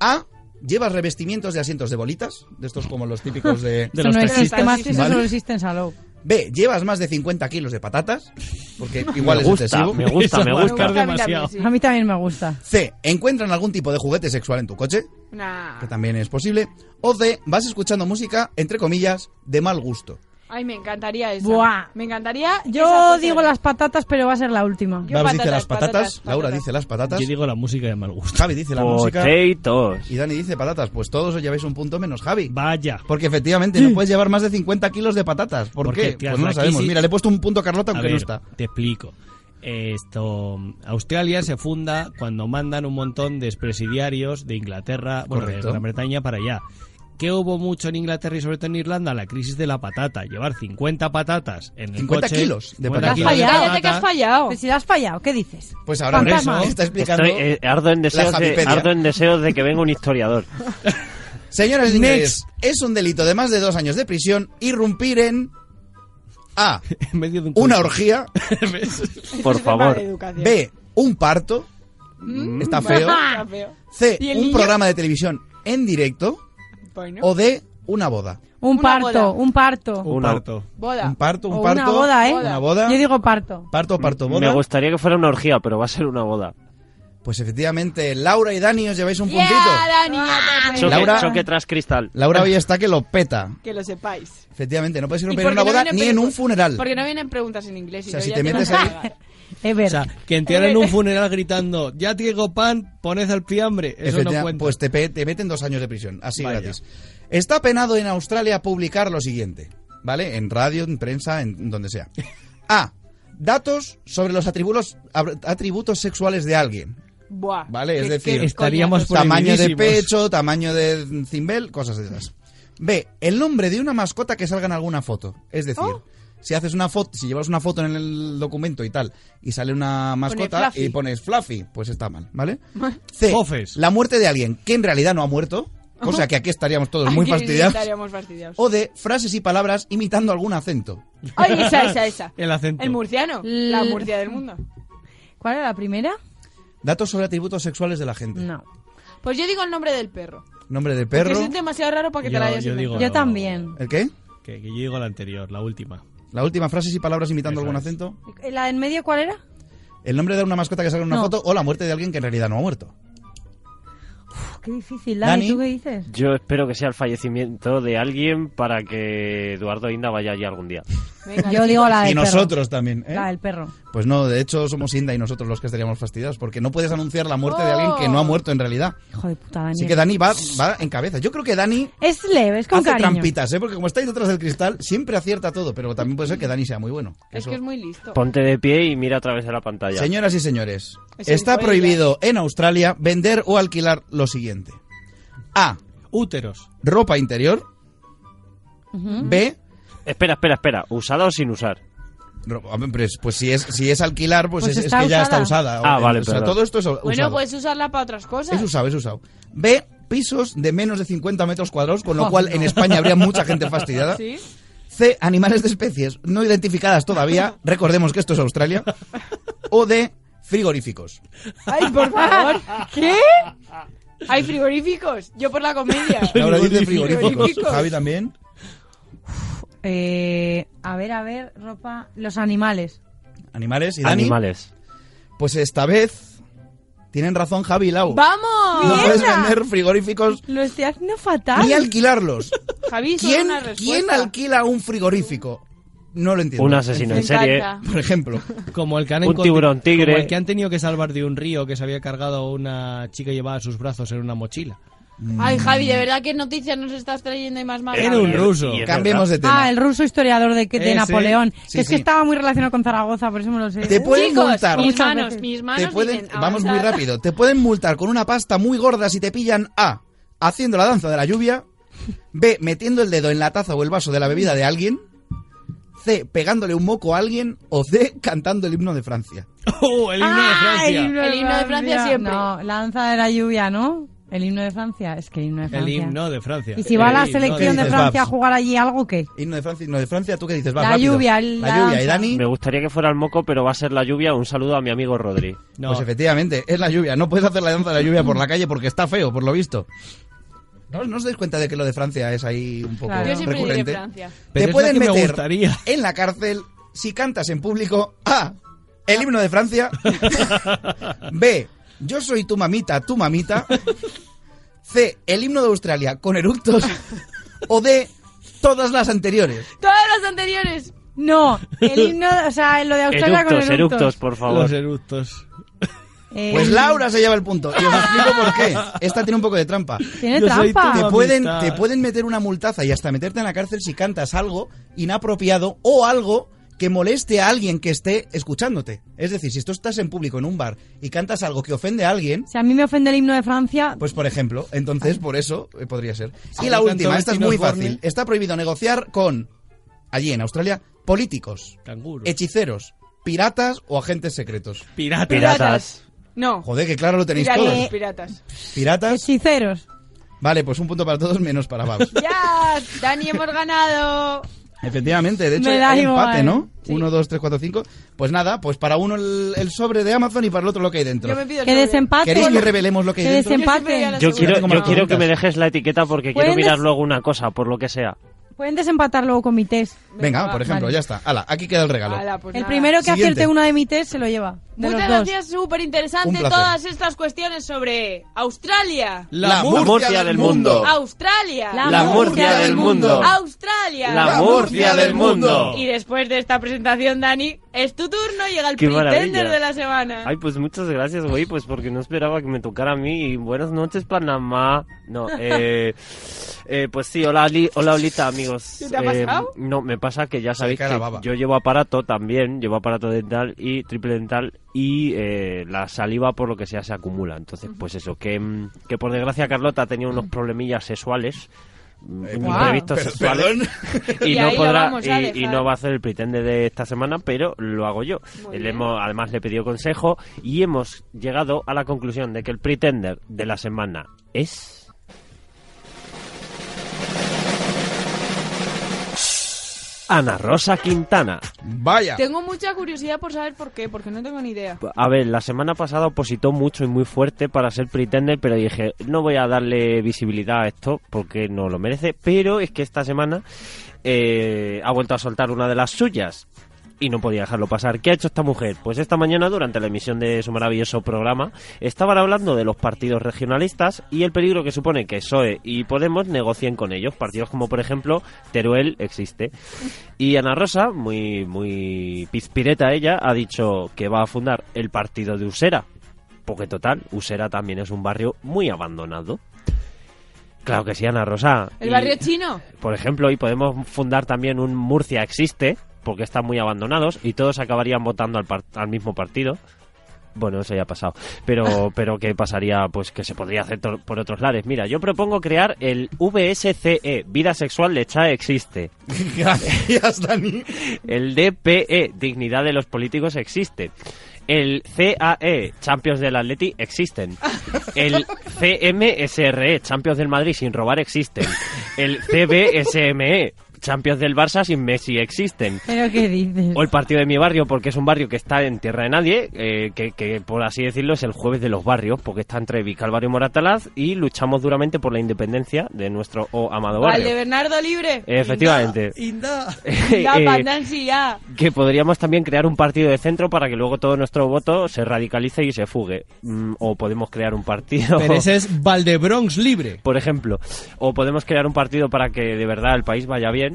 A. Llevas revestimientos de asientos de bolitas, de estos como los típicos de...
De
Eso
los
no existe
taxistas.
más, eso
Vale.
solo existe en Salou.
B. Llevas más de 50 kilos de patatas, porque igual
me
es
gusta,
excesivo.
me gusta, me
Eso va a
gusta.
marcar demasiado.
A mí también me gusta.
C. Encuentran algún tipo de juguete sexual en tu coche,
Nah.
que también es posible. O D. Vas escuchando música, entre comillas, de mal gusto.
Ay, me encantaría eso.
Buah.
Me encantaría.
Yo digo las patatas, pero va a ser la última.
Yo
Babs dice
patatas,
las patatas,
patatas,
Laura
patatas.
dice las patatas,
Yo digo pues, eh. la música de mal gusto.
Javi dice la música
Potatoes.
y Dani dice patatas. Pues todos os lleváis un punto menos Javi.
Vaya.
Porque efectivamente no puedes llevar más de 50 kilos de patatas. ¿Por
Porque,
qué?
tías,
Pues no lo
aquí
sabemos.
sí-
Mira, le he puesto un punto a Carlota
A
aunque
ver,
no está.
te explico. Esto, Australia se funda cuando mandan un montón de expresidiarios de Inglaterra, bueno,
Correcto.
de Gran Bretaña para allá. ¿Qué hubo mucho en Inglaterra y sobre todo en Irlanda? La crisis de la patata. Llevar 50 patatas en el
50
coche.
kilos de
50
patatas.
kilos de
Cállate
Fíjate que has
patata.
fallado.
Pues si la has fallado, ¿qué dices?
Pues ahora me
Fantasma.
está explicando
Estoy, eh, ardo, en deseos
la
de,
Javipedia.
ardo en deseos de que venga un historiador.
Señoras y
Next.
señores, es un delito de más de dos años de prisión irrumpir en A.
En medio de un
Una
culto.
orgía.
Por favor.
B. Un parto.
Mm.
Está feo.
Está feo.
C.
¿Y el
Un
niño?
programa de televisión en directo.
Bueno.
O D. Una boda.
Un
Una
parto,
boda.
un parto.
Un
Una-
parto.
Boda.
Un parto, un
O
parto.
una boda, ¿eh?
Una boda.
Yo digo parto.
Parto, parto, boda.
Me gustaría que fuera una orgía, pero va a ser una boda.
Pues efectivamente, Laura y Dani os lleváis un
Yeah,
puntito.
Dani,
Ah,
ya te
Eh,
Choque,
Laura-
choque tras cristal.
Laura hoy está que lo peta.
Que lo sepáis.
Efectivamente, no puedes
Y
irrumpir en
porque
una
no
boda
vienen
ni en
pregun-
un funeral.
Porque no vienen preguntas en inglés. y
O sea,
yo
si
ya
te
tengo
metes
que
ahí-
cagar.
O
Ever.
sea, que entierren en un funeral gritando, ya Diego Pan, poned al fiambre. Eso no
Efectiva-
cuenta.
pues te, pe- te meten dos años de prisión, así
Vaya.
gratis. Está penado en Australia publicar lo siguiente, ¿vale? En radio, en prensa, en donde sea. A. Datos sobre los atributos, ab- atributos sexuales de alguien.
Buah.
Vale, es
qué-
decir-
qué
Estaríamos
coñazo.
Tamaño de
Prohibidísimos.
pecho, tamaño de cimbel, cosas de esas. B. El nombre de una mascota que salga en alguna foto. Es decir,
Oh.
si haces una foto, si llevas una foto en el documento y tal, y sale una mascota
Fluffy.
y pones Fluffy, pues está mal, ¿vale? C. La muerte de alguien que en realidad no ha muerto. Cosa que aquí estaríamos todos muy
Aquí
fastidiados.
estaríamos fastidiados.
O de frases y palabras imitando algún acento.
Ay, esa, esa, esa.
El acento.
El murciano. La Murcia del mundo.
¿Cuál era la primera?
Datos sobre atributos sexuales de la gente.
No.
Pues yo digo el nombre del perro.
Nombre de
Porque
perro.
es demasiado raro para que te
Yo-
la hayas
yo digo
inventado.
Yo no.
también.
¿El qué?
Que, que yo digo la anterior, la última.
La última frase y palabras imitando
Eso
algún
es.
acento.
¿La en medio cuál era?
El nombre de una mascota que salga en una
No.
foto o la muerte de alguien que en realidad no ha muerto.
Uf, qué difícil, Dani,
Dani.
¿tú qué dices?
Yo espero que sea el fallecimiento de alguien para que Eduardo Inda vaya allí algún día.
Yo digo la del
Y
perro.
nosotros también, ¿eh?
La del perro.
Pues no, de hecho somos Inda y nosotros los que estaríamos fastidiados porque no puedes anunciar la muerte de alguien que no ha muerto en realidad.
Hijo de puta, Oh. Dani.
Así que Dani va, va en cabeza. Yo creo que Dani
Es leve, es con
hace
cariño.
trampitas, ¿eh? Porque como estáis detrás del cristal, siempre acierta todo, pero también puede ser que Dani sea muy bueno.
Es
Eso-
que es muy listo.
Ponte de pie y mira a través de la pantalla.
Señoras y señores,
Es
está
increíble.
prohibido en Australia vender o alquilar lo siguiente. A.
Úteros.
Ropa interior. B.
Espera, espera, espera. ¿Usada o sin usar?
Ro- hombre, Pues, pues si, es, si es alquilar, pues,
Pues
es, es
está
que ya
usada.
está usada.
Ah, vale,
O sea,
perdón.
todo esto es u-
Bueno, pues
usado.
puedes usarla para otras cosas.
Es usado, es usado. B. Pisos de menos de 50 metros cuadrados, con lo cual
Oh, no.
en España habría mucha gente fastidiada.
¿Sí?
C. Animales de especies no identificadas todavía. Recordemos que esto es Australia. O D. Frigoríficos.
Ay, por favor. ¿Qué? Hay frigoríficos. Yo por la comedia.
Ahora dice frigoríficos.
Frigoríficos.
Javi también.
Eh, a ver, a ver, ropa. Los animales.
Animales y Dani.
Animales.
Pues esta vez tienen razón Javi y Lau.
¡Vamos!
No puedes
¡Mierda!
vender frigoríficos
Lo estoy haciendo fatal.
ni alquilarlos.
Javi, solo
¿Quién,
una
quién
respuesta.
alquila un frigorífico? No lo entiendo.
Un asesino en Me serie. encanta.
Por ejemplo.
Como el que han
Un
encont-
tiburón tigre.
como el que han tenido que salvar de un río que se había cargado a una chica y llevaba sus brazos en una mochila.
eh.
Ay, Javi, de verdad qué noticias nos estás trayendo y más mal.
Era un ruso.
Cambiemos de tema.
Ah, el ruso historiador de, que- de
Ese.
Napoleón. que
Sí,
es que
sí.
estaba muy relacionado con Zaragoza, por eso me lo sé.
Te pueden
Chicos,
multar.
muchas
Mis
manos,
veces.
mis
Te
manos
pueden-
dicen,
vamos muy
avanzad.
rápido. Te pueden multar con una pasta muy gorda si te pillan A. Haciendo la danza de la lluvia. B. Metiendo el dedo en la taza o el vaso de la bebida de alguien. C. Pegándole un moco a alguien. O D. Cantando el himno de Francia.
¡Oh, el himno de
Ah,
Francia!
El himno de Francia siempre.
No, la danza de la lluvia, ¿no? El himno de Francia. Es que el himno de
El
Francia.
himno de Francia.
Y si va a la
El himno
selección de
dices,
Francia a
Babs?
jugar allí algo, ¿qué?
Himno de Francia, himno de Francia. ¿Tú qué dices? Vas
La
rápido.
lluvia, la
lluvia. ¿Y
danza.
Dani?
Me gustaría que fuera el moco, pero va a ser la lluvia. Un saludo a mi amigo Rodri.
Eh,
Pues efectivamente, es la lluvia. No puedes hacer la danza de la lluvia por la calle porque está feo, por lo visto. ¿No, no os dais cuenta de que lo de Francia es ahí un poco
Claro. Yo siempre diré
recurrente?
Francia.
Pero es
Te
la
pueden
que me
meter
gustaría.
en la cárcel si cantas en público A. El himno de Francia. B. Yo soy tu mamita, tu mamita. C. El himno de Australia con eructos. O D. Todas las anteriores.
Todas las anteriores.
No, el himno, o sea, lo de Australia
Eructos,
con eructos.
eructos, por favor.
Los eructos.
Eh,
Pues Laura se lleva el punto. Y os explico por qué. Esta tiene un poco de trampa.
Tiene Yo soy
Ah.
trampa. tu
Te pueden,
amistad.
te pueden meter una multaza y hasta meterte en la cárcel si cantas algo inapropiado o algo que moleste a alguien que esté escuchándote. Es decir, si tú estás en público en un bar y cantas algo que ofende a alguien,
Si a mí me ofende el himno de Francia,
pues por ejemplo, entonces por eso eh, podría ser.
Sí,
Y la
yo canto
última, esta es
Vecinos
muy
Borne.
fácil. Está prohibido negociar con, allí en Australia, políticos,
Canguros.
hechiceros, piratas o agentes secretos.
Piratas.
Piratas. No.
Joder, que claro lo tenéis
Piratas,
todos.
piratas.
pues,
Piratas.
Hechiceros.
Vale, pues un punto para todos menos para Babs.
Ya, Dani, hemos ganado.
Efectivamente, de hecho
Me da
hay
igual.
empate, ¿no? 1, 2, 3, 4, 5. Pues nada, pues para uno el, el sobre de Amazon y para el otro lo que hay dentro.
Yo me pido el
que
sobre.
desempate.
¿Queréis que revelemos lo que hay
Que
dentro?
desempaten.
Yo
segunda
quiero,
tengo
yo
más
quiero que
preguntas.
me dejes la etiqueta porque quiero
¿Pueden
mirar
des-
luego una cosa, por lo que sea.
Pueden desempatar luego con mi test.
Venga, por ejemplo,
Vale.
ya está. Hala, aquí queda el regalo.
Ala, pues
El
nada.
primero que
Siguiente.
acierte una de mi test se lo lleva. De los
Muchas
dos.
gracias, súper
Un
interesante
placer.
todas estas cuestiones sobre Australia.
La Murcia del mundo.
Ah, Australia.
La La Murcia
Murcia del del mundo. mundo.
Ah, Australia.
La Murcia del mundo.
Y después de esta presentación, Dani, es tu turno. Llega el
Qué
pretender
maravilla.
de la semana.
Ay, pues muchas gracias, güey, pues porque no esperaba que me tocara a mí. Y buenas noches, Panamá. No, eh, eh, pues sí, hola, Oli- hola, Olita, amigos.
¿Qué te ha
Eh,
pasado?
no, me pasa que ya
Se
sabéis
cae la
que
baba.
yo llevo aparato también, llevo aparato dental y triple dental y eh, la saliva por lo que sea se acumula. Entonces, pues eso, que, mm, que por desgracia Carlota tenía unos problemillas sexuales imprevistos
Pero,
sexuales
perdón.
y,
Y
no
ahí lo
podrá
vamos a
y, y
dejar.
no va a hacer el pretende de esta semana pero lo hago yo
Muy
Le
bien.
hemos- además le he pedido consejo y hemos llegado a la conclusión de que el pretender de la semana es Ana Rosa Quintana
vaya
Tengo mucha curiosidad por saber por qué, porque no tengo ni idea.
a ver, la semana pasada opositó mucho y muy fuerte para ser pretender, pero dije, no voy a darle visibilidad a esto porque no lo merece. Pero es que esta semana eh, ha vuelto a soltar una de las suyas y no podía dejarlo pasar. ¿Qué ha hecho esta mujer? Pues esta mañana, durante la emisión de su maravilloso programa, estaban hablando de los partidos regionalistas y el peligro que supone que PSOE y Podemos negocien con ellos. Partidos como, por ejemplo, Teruel existe. Y Ana Rosa, muy, muy pispireta ella, ha dicho que va a fundar el partido de Usera. Porque total, Usera también es un barrio muy abandonado. Claro que sí, Ana Rosa.
¿El
Y-
barrio chino?
por ejemplo, y podemos fundar también un Murcia existe, porque están muy abandonados y todos acabarían votando al, par- al mismo partido. Bueno, eso ya ha pasado. Pero, pero ¿qué pasaría? Pues que se podría hacer to- por otros lares. Mira, yo propongo crear el VSCE, E, Vida Sexual Lecha Existe.
Gracias, Dani.
El DPE, Dignidad de los Políticos Existe. El CAE, Champions del Atleti, existen. El CMSRE, E, Champions del Madrid sin robar, existen. El CBSME, E, Champions del Barça sin Messi, existen.
¿Pero qué dices?
O el partido de mi barrio, porque es un barrio que está en tierra de nadie, eh, que, que, por así decirlo es el jueves de los barrios, porque está entre Vicálvaro y Moratalaz y luchamos duramente por la independencia de nuestro o amado
Al de
barrio.
Bernardo
Eh,
Libre.
Efectivamente.
Inda.
Eh, eh,
Inda, Pandansi, ya.
Que podríamos también crear un partido de centro para que luego todo nuestro voto se radicalice y se fugue. Mm, o podemos crear un partido...
Pero ese es Valdebronx libre.
Por ejemplo. O podemos crear un partido para que de verdad el país vaya bien.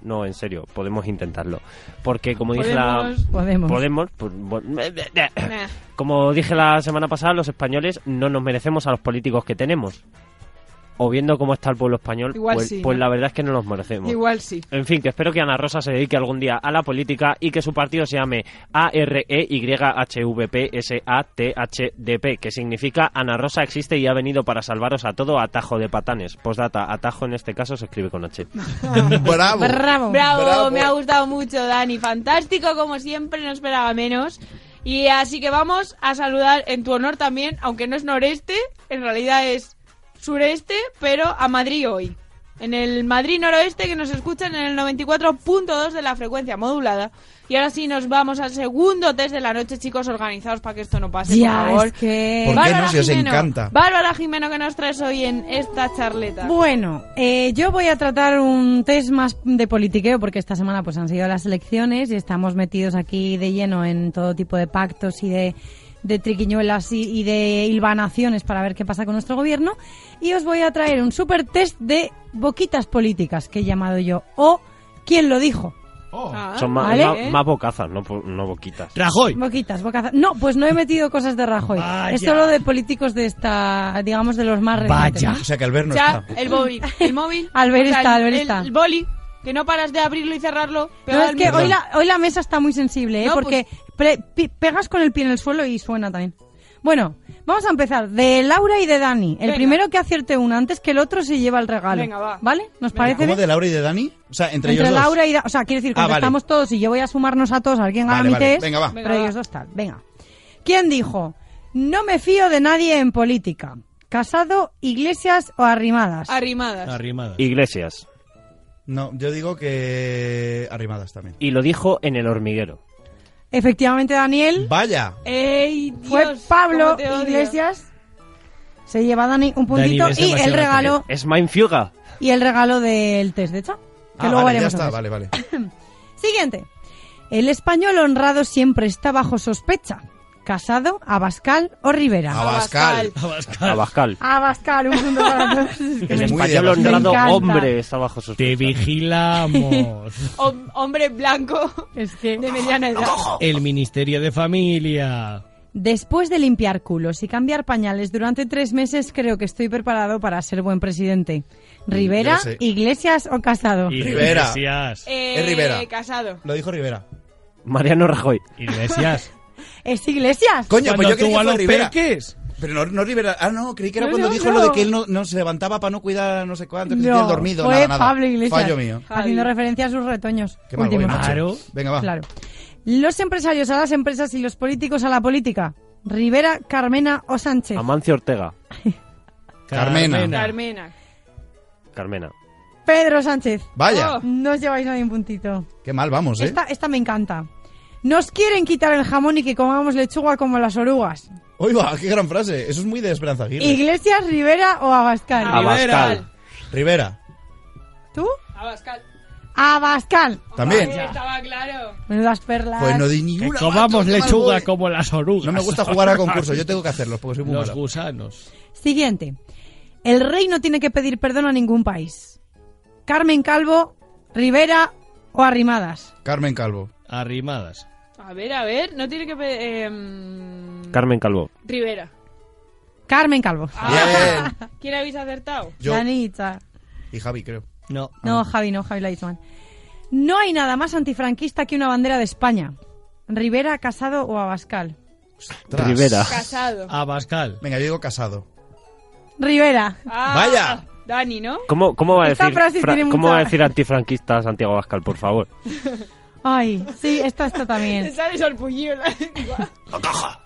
No, en serio, podemos intentarlo. Porque como dije la...
Podemos.
Podemos, pues, bueno, eh, eh, eh. como dije la semana pasada, los españoles no nos merecemos a los políticos que tenemos. O viendo cómo está el pueblo español,
Igual
pues,
sí,
pues
¿no?
la verdad es que no nos merecemos.
Igual sí.
En fin, que espero que Ana Rosa se dedique algún día a la política y que su partido se llame E AREYHVPSATHDP, que significa Ana Rosa existe y ha venido para salvaros a todo atajo de patanes. Postdata, atajo en este caso se escribe con H.
Bravo.
Bravo.
Bravo.
me ha gustado mucho, Dani. Fantástico, como siempre, no esperaba menos. Y así que vamos a saludar en tu honor también, aunque no es noreste, en realidad es sureste, pero a Madrid hoy. En el Madrid noroeste que nos escuchan en el 94.2 de la frecuencia modulada. Y ahora sí nos vamos al segundo test de la noche, chicos, organizados para que esto no pase,
Ya,
por favor.
es que-
¿Por qué
Eh, Bárbara
no? Si os
Jimeno,
encanta.
Bárbara Jimeno que nos traes hoy en esta charleta.
Bueno, eh, yo voy a tratar un test más de politiqueo porque esta semana pues han sido las elecciones y estamos metidos aquí de lleno en todo tipo de pactos y de, de triquiñuelas y, y de hilvanaciones para ver qué pasa con nuestro gobierno. Y os voy a traer un super test de boquitas políticas que he llamado yo o quién lo dijo.
Oh.
Ah,
Son ma-
Ah, ¿Vale? eh.
ma- más bocazas, no, po- no boquitas.
Boquitas, bocaza- No, pues no he metido cosas de Rajoy. Es solo de políticos de esta, digamos, de los más recientes.
Vaya. O sea que Albert no
Ya,
está.
el móvil. El móvil.
Albert
O sea,
está,
el-
Albert
el,
está.
el boli, que no paras de abrirlo y cerrarlo.
No,
pegado
es
al
que
micro.
hoy la, hoy la mesa está muy sensible, ¿eh?
No, pues-
porque pre- pi- pegas con el pie en el suelo y suena también. Bueno, vamos a empezar. De Laura y de Dani. El
Venga.
primero que acierte uno antes que el otro se lleva el regalo.
Venga, va.
¿Vale? ¿Nos parece
¿Cómo
bien?
de Laura y de Dani? O sea, entre,
Entre,
ellos dos.
Laura y Da- O sea, quiero decir,
Ah, vale.
contestamos todos y yo voy a sumarnos a todos. Alguien gana
Vale,
mi
vale.
test.
Venga, va.
Pero
Venga, va.
ellos dos tal. Venga. ¿Quién dijo? No me fío de nadie en política. ¿Casado, iglesias o arrimadas?
Arrimadas.
Pues
Iglesias.
No, yo digo que arrimadas también.
Y lo dijo en el hormiguero.
Efectivamente, Daniel.
Vaya.
Ey, Dios,
Fue Pablo
cómo te odio.
Iglesias. Se lleva Dani un puntito
Dani, ves
y el
demasiado
regalo
Eh, Es Mindfuga.
y el regalo del test de chat. Que
Ah,
luego
vale, ya
haremos
está,
otros.
vale, vale.
Siguiente. El español honrado siempre está bajo sospecha. Casado, Abascal o Rivera.
Ah, Abascal.
Abascal.
Abascal, un punto para todos.
El
muy
español
de Abascal.
honrado
Ah, Me encanta.
hombre está bajo sospecha. Te
vigilamos.
Hom- hombre blanco
es que...
de
Ah,
mediana edad.
El Ministerio de Familia.
Después de limpiar culos y cambiar pañales durante tres meses, creo que estoy preparado para ser buen presidente. ¿Rivera,
Mm, Yo sé.
Iglesias o Casado?
Rivera.
Eh,
Es Rivera.
Casado.
Lo dijo Rivera.
Mariano Rajoy.
Iglesias.
¿Es Iglesias?
Coño, pues yo creí que fue Rivera.
peques.
Pero no, no Rivera. Ah, no, creí que era
No,
cuando
no,
dijo
no.
lo de que él no, no se levantaba para no cuidar no sé cuánto, que se sentía dormido.
fue
nada, nada.
Pablo Iglesias.
Fallo mío.
Haciendo referencia a sus retoños.
Qué mal Ah. voy,
últimos.
macho. Venga, va.
Claro. Los empresarios a las empresas y los políticos a la política. Rivera, Carmena o Sánchez.
Amancio Ortega.
Carmena.
Carmena.
Pedro Sánchez.
Vaya. Oh.
No os lleváis nadie un puntito.
Qué mal vamos, ¿eh?
Esta, esta me encanta. Nos quieren quitar el jamón y que comamos lechuga como las orugas.
Hoy va, qué gran frase. Eso es muy de Esperanza Aguirre.
Iglesias, Rivera o Abascal.
Rivera.
¿Tú?
Abascal.
Abascal.
También.
Eh, Estaba claro.
Menudas perlas.
Pues no di ninguna.
Que comamos
macho, qué mal
lechuga
voy.
como las orugas.
No me gusta jugar a concursos, yo tengo que hacerlos porque soy muy
Los
malo.
gusanos.
Siguiente. El rey no tiene que pedir perdón a ningún país. Carmen Calvo, Rivera o Arrimadas.
Carmen Calvo.
Arrimadas.
A ver, a ver, no tiene que pedir...
Carmen Calvo.
Rivera.
Carmen Calvo.
Ah, ¿Quién habéis acertado?
Yo.
Danita.
Y Javi, creo.
Ah, No.
No, Javi, no, Javi Leitman. No hay nada más antifranquista que una bandera de España. Rivera, Casado o Abascal.
Rivera.
Casado.
Abascal.
Venga, yo digo casado.
Rivera.
Ah,
Vaya.
Dani, ¿no?
¿Cómo, cómo va a
Esta
decir,
frase
fra-
tiene
¿cómo
mucha-
va a decir antifranquista Santiago Abascal, por favor?
Ay, sí, esta está también.
Te sale sarpullido en la lengua.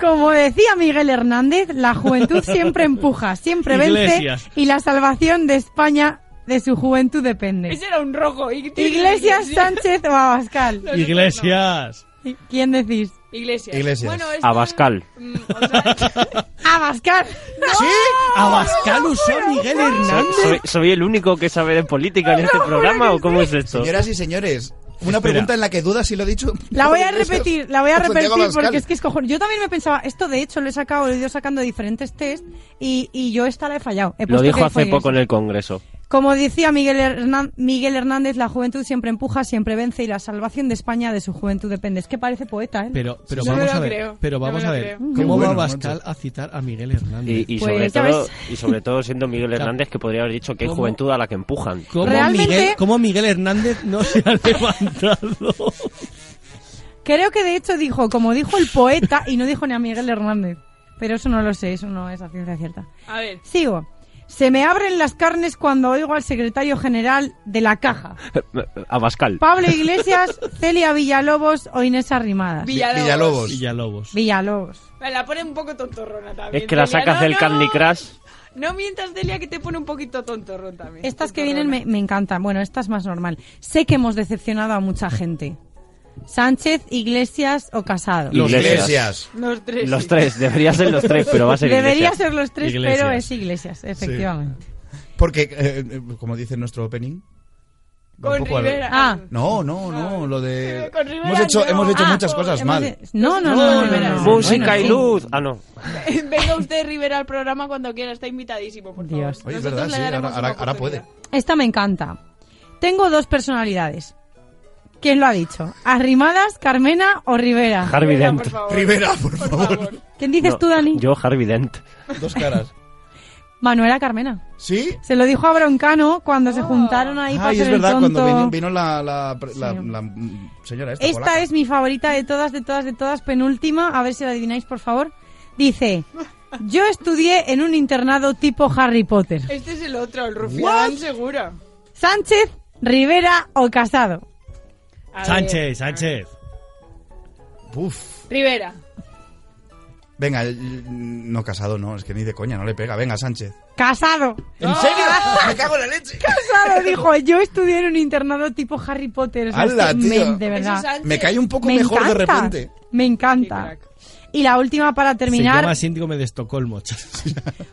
Como decía Miguel Hernández, la juventud siempre empuja, siempre vence
Iglesias.
y la salvación de España de su juventud depende.
Ese era un rojo. Ig-
Iglesias, Sánchez o Abascal.
Iglesias.
¿Quién decís?
Iglesias.
Iglesias.
Bueno, es... mm,
Abascal.
Abascal.
¿Sí? Abascal usó a Miguel
¿Soy,
Hernández.
soy- soy el único que sabe de política en este programa o cómo es esto?
Señoras y señores, una pregunta en la que dudas si lo he dicho. Pues
La voy a repetir, la voy a
Santiago
repetir
Abascal.
porque es que es cojón. Yo también me pensaba, esto de hecho lo he sacado, lo he ido sacando de diferentes test y, y yo esta la he fallado. He
Lo
puesto
dijo
Pues que
hace
fue
poco en el Congreso.
Como decía Miguel, Hernan- Miguel Hernández, la juventud siempre empuja, siempre vence y la salvación de España de su juventud depende. Es que parece poeta, ¿eh?
Pero, pero
Sí, sí. No me
vamos
lo
a ver,
creo, no
pero
me
vamos
lo
a ver,
creo. Qué
¿cómo
bueno,
va Abascal a citar a Miguel Hernández?
Y, y sobre
Pues ya
todo,
ves.
y sobre todo siendo Miguel Hernández que podría haber dicho que hay
¿Cómo?
juventud a la que empujan.
¿Cómo, Miguel, cómo Miguel Hernández no se ha levantado?
Creo que de hecho dijo, como dijo el poeta y no dijo ni a Miguel Hernández. Pero eso no lo sé, eso no es a ciencia cierta.
A ver.
Sigo. Se me abren las carnes cuando oigo al secretario general de la caja.
Eh, Abascal.
Pablo Iglesias, Celia Villalobos o Inés Arrimadas.
Villalobos.
Villalobos.
Villalobos.
Me la pone un poco tontorrona también.
Es que la
Celia.
sacas
No,
del
no,
Candy Crush.
No mientas, Delia, que te pone un poquito tontorrón también.
Estas que vienen me, me encantan. Bueno, esta es más normal. Sé que hemos decepcionado a mucha gente. Sánchez, Iglesias o Casado.
Los Iglesias.
Los tres.
Los tres, debería ser los tres, pero va a ser
Debería
Iglesias.
ser los tres,
Iglesias.
pero es Iglesias, efectivamente.
Porque, eh, eh, como dice nuestro opening. va un
Con
poco al-
Rivera. Ah.
No, no, no, lo de.
Con Rivera
hemos hecho,
no.
hemos hecho
Ah,
muchas cosas
hemos
mal.
he- No, no, no, no, no, no, no.
Música
Bueno,
y
sí.
luz. Ah, no.
Venga usted, Rivera, al programa cuando quiera. Está invitadísimo, por favor.
Oye, es
Nosotros
verdad,
le
sí,
daremos
ahora,
una
ahora- ahora puede.
Esta me encanta. Tengo dos personalidades. ¿Quién lo ha dicho? ¿Arrimadas, Carmena o Rivera?
Harvey Dent.
Rivera, por
favor.
¿Quién dices
No,
tú, Dani?
Yo, Harvey Dent.
Dos caras.
Manuela Carmena.
¿Sí?
Se lo dijo a Broncano cuando
Ah.
se juntaron ahí para
Ay,
hacer
es verdad,
el tonto.
cuando vino, vino la, la, la- la, mm, señora esta.
Esta
polaca.
es mi favorita de todas, de todas, de todas, penúltima. A ver si la adivináis, por favor. Dice, yo estudié en un internado tipo Harry Potter.
Este es el otro, el rufián,
What?
seguro.
Sánchez, Rivera o Casado.
A ver.
Sánchez, Sánchez.
Uf.
Rivera.
Venga, el- no casado, no, es que ni de coña, no le pega. Venga, Sánchez.
Casado.
¿En serio? Me cago en la leche.
Casado dijo, yo estudié en un internado tipo Harry Potter. O sea,
¡Hala,
es que me-
tío!
de
Eso
verdad.
es Sánchez. Me cae un poco mejor de repente.
Me encanta. Y la última para
Se
terminar,
llama síndrome de Estocolmo.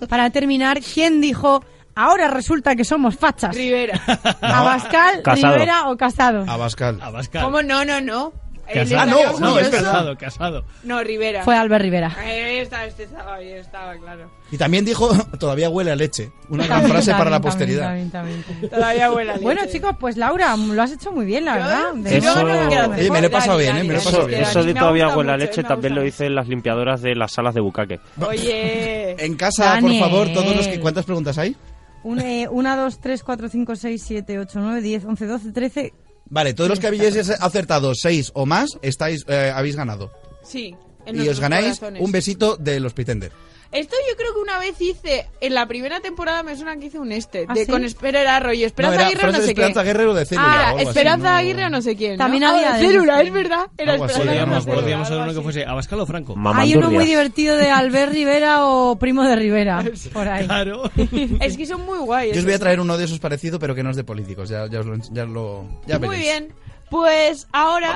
para terminar, ¿quién dijo, ahora resulta que somos
Ah.
fachas?
Rivera.
Abascal,
Casado.
Rivera o Casado.
Abascal.
Abascal.
¿Cómo no, no, no? Él
Casado. Ah,
estaría
no, no,
orgulloso.
es casado, casado.
No, Rivera.
Fue Albert Rivera.
Ahí está, este estaba, ahí estaba, claro.
Y también dijo, todavía huele a leche. Una gran
También,
frase para la
también,
posteridad.
también, también, también.
Todavía huele a leche.
Bueno, chicos, pues Laura, lo has hecho muy bien, la verdad. De
Eso-
verdad, la verdad.
Oye, me lo he pasado bien, ¿eh? Me lo he
pues
pasado
Eso,
bien.
eso de todavía agua en la leche también lo dicen las limpiadoras de las salas de bucaque.
Oye.
En casa, por
Daniel.
favor, todos los que... ¿Cuántas preguntas hay?
Un, eh, una, dos, tres, cuatro, cinco, seis, siete, ocho, nueve, diez, once, doce, trece.
Vale, todos los que habéis acertado seis o más, estáis, eh, habéis ganado.
Sí. en
Y
nuestros
os ganáis
corazones.
un besito de los Pretender.
Esto yo creo que una vez hice, en la primera temporada me suena que hice un este,
¿Ah,
de
sí?
con Espera Arroyo, Esperanza
No, era
Aguirre o no
Frases
sé qué.
Esperanza Guerrero de Célula o
Ah,
algo así,
Esperanza
¿no?
Aguirre o no sé quién. ¿no?
También
Ah,
había
de
de-
Célula, es verdad. Era
Algo así,
Esperanza
ya me
Aguirre.
acuerdo.
Podríamos hacer uno que fuese Abascal o Franco.
Hay uno muy divertido de Albert Rivera o Primo de Rivera, por ahí.
Claro.
Es que son muy guayos.
Yo os voy a traer uno de esos parecido, pero que no es de políticos. Ya, ya os lo. Ya lo ya
Muy
veréis.
bien. Pues ahora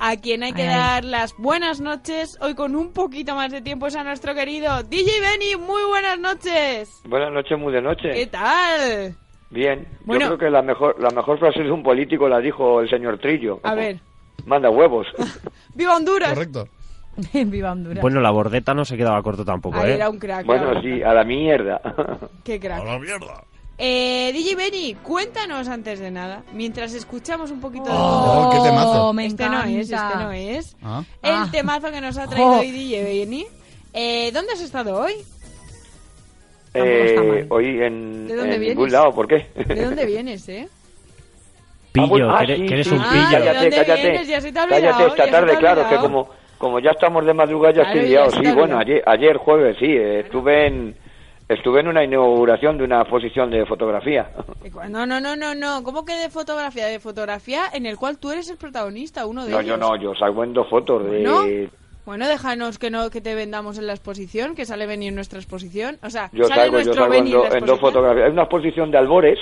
a quien hay que dar las buenas noches hoy con un poquito más de tiempo es a nuestro querido DJ Benny. Muy buenas noches.
Buenas noches, muy de noche.
¿Qué tal?
Bien.
Bueno.
Yo creo que la mejor, la mejor frase de un político la dijo el señor Trillo.
A ver,
Manda huevos.
viva Honduras.
Correcto.
viva Honduras.
Bueno, la bordeta no se quedaba corto tampoco,
Ahí
¿eh?
era un crack. la
bueno,
verdad.
sí, a la mierda.
Qué crack.
mierda.
Eh, DJ Benny, cuéntanos antes de nada, mientras escuchamos un poquito
Oh,
de...
qué temazo.
me
este no es, este
encanta.
no es.
Ah.
El
Ah.
temazo que nos ha traído
Jo.
hoy DJ Benny. Eh, ¿Dónde has estado hoy?
Eh, hoy en,
¿De dónde
en ningún
vienes?
lado, ¿por qué?
¿De dónde vienes, eh?
Ah, bueno,
Pillo,
ah,
que eres-
sí,
que eres
sí,
un
sí,
pillo.
Cállate,
¿De dónde
cállate.
vienes? Ya se te ha olvidado,
cállate
ya
esta
se te ha
tarde, claro, es que
olvidado.
como, como ya estamos de madrugada ya
Claro,
estoy
ya
liado.
se te
Sí,
ha
bueno,
olvidado.
ayer, ayer jueves, sí, eh, estuve en estuve en una inauguración de una exposición de fotografía.
Eh, No, no, no, no, no. ¿Cómo que de fotografía? De fotografía en el cual tú eres el protagonista, uno de
No, yo
ellos.
no, yo salgo en dos fotos de...
¿No? Bueno, déjanos que no que te vendamos en la exposición, que sale Benny en nuestra exposición. O sea,
Yo
sale
salgo, yo
nuestro
salgo en,
Benny en,
do-
la
en dos
exposición.
fotografías. Hay una exposición de Albores,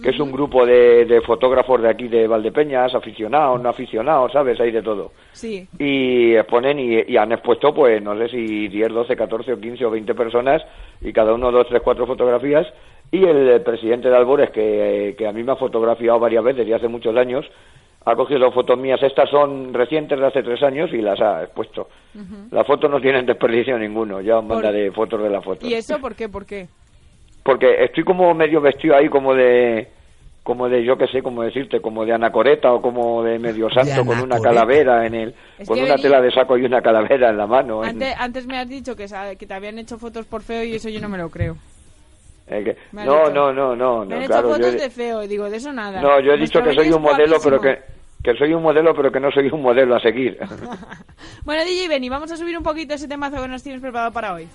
que es un grupo de, de fotógrafos de aquí de Valdepeñas, aficionados, no aficionados, ¿sabes? Hay de todo.
Sí.
Y exponen y, y han expuesto, pues, no sé si 10, 12, 14 o 15 o 20 personas, y cada uno, dos, tres, cuatro fotografías. Y el presidente de Albores, que, que a mí me ha fotografiado varias veces y hace muchos años, ha cogido fotos mías. Estas son recientes de hace tres años y las ha expuesto. Las fotos no tienen desperdicio ninguno. Ya os
Por-
mandaré fotos de las fotos
¿Y eso por qué? ¿Por qué?
porque estoy como medio vestido ahí como de como de yo qué sé cómo decirte como de anacoreta o como de medio santo con una
anacoreta.
calavera en el
Es
con
que
una
venía-
tela de saco y una calavera en la mano ¿eh? en-
Antes, ah, antes me has dicho que, sa- que te habían hecho fotos por feo y eso yo no me lo creo.
eh, que-
me has
no,
dicho.
no no no
Me
no
han
claro
hecho
yo,
fotos de feo y digo, de eso nada.
no yo
Nuestro
he dicho que
Benny
soy
es
un modelo pero que
guapísimo.
que soy un modelo pero que no soy un modelo a seguir
Bueno, DJ Benny, vamos a subir un poquito ese temazo que nos tienes preparado para hoy.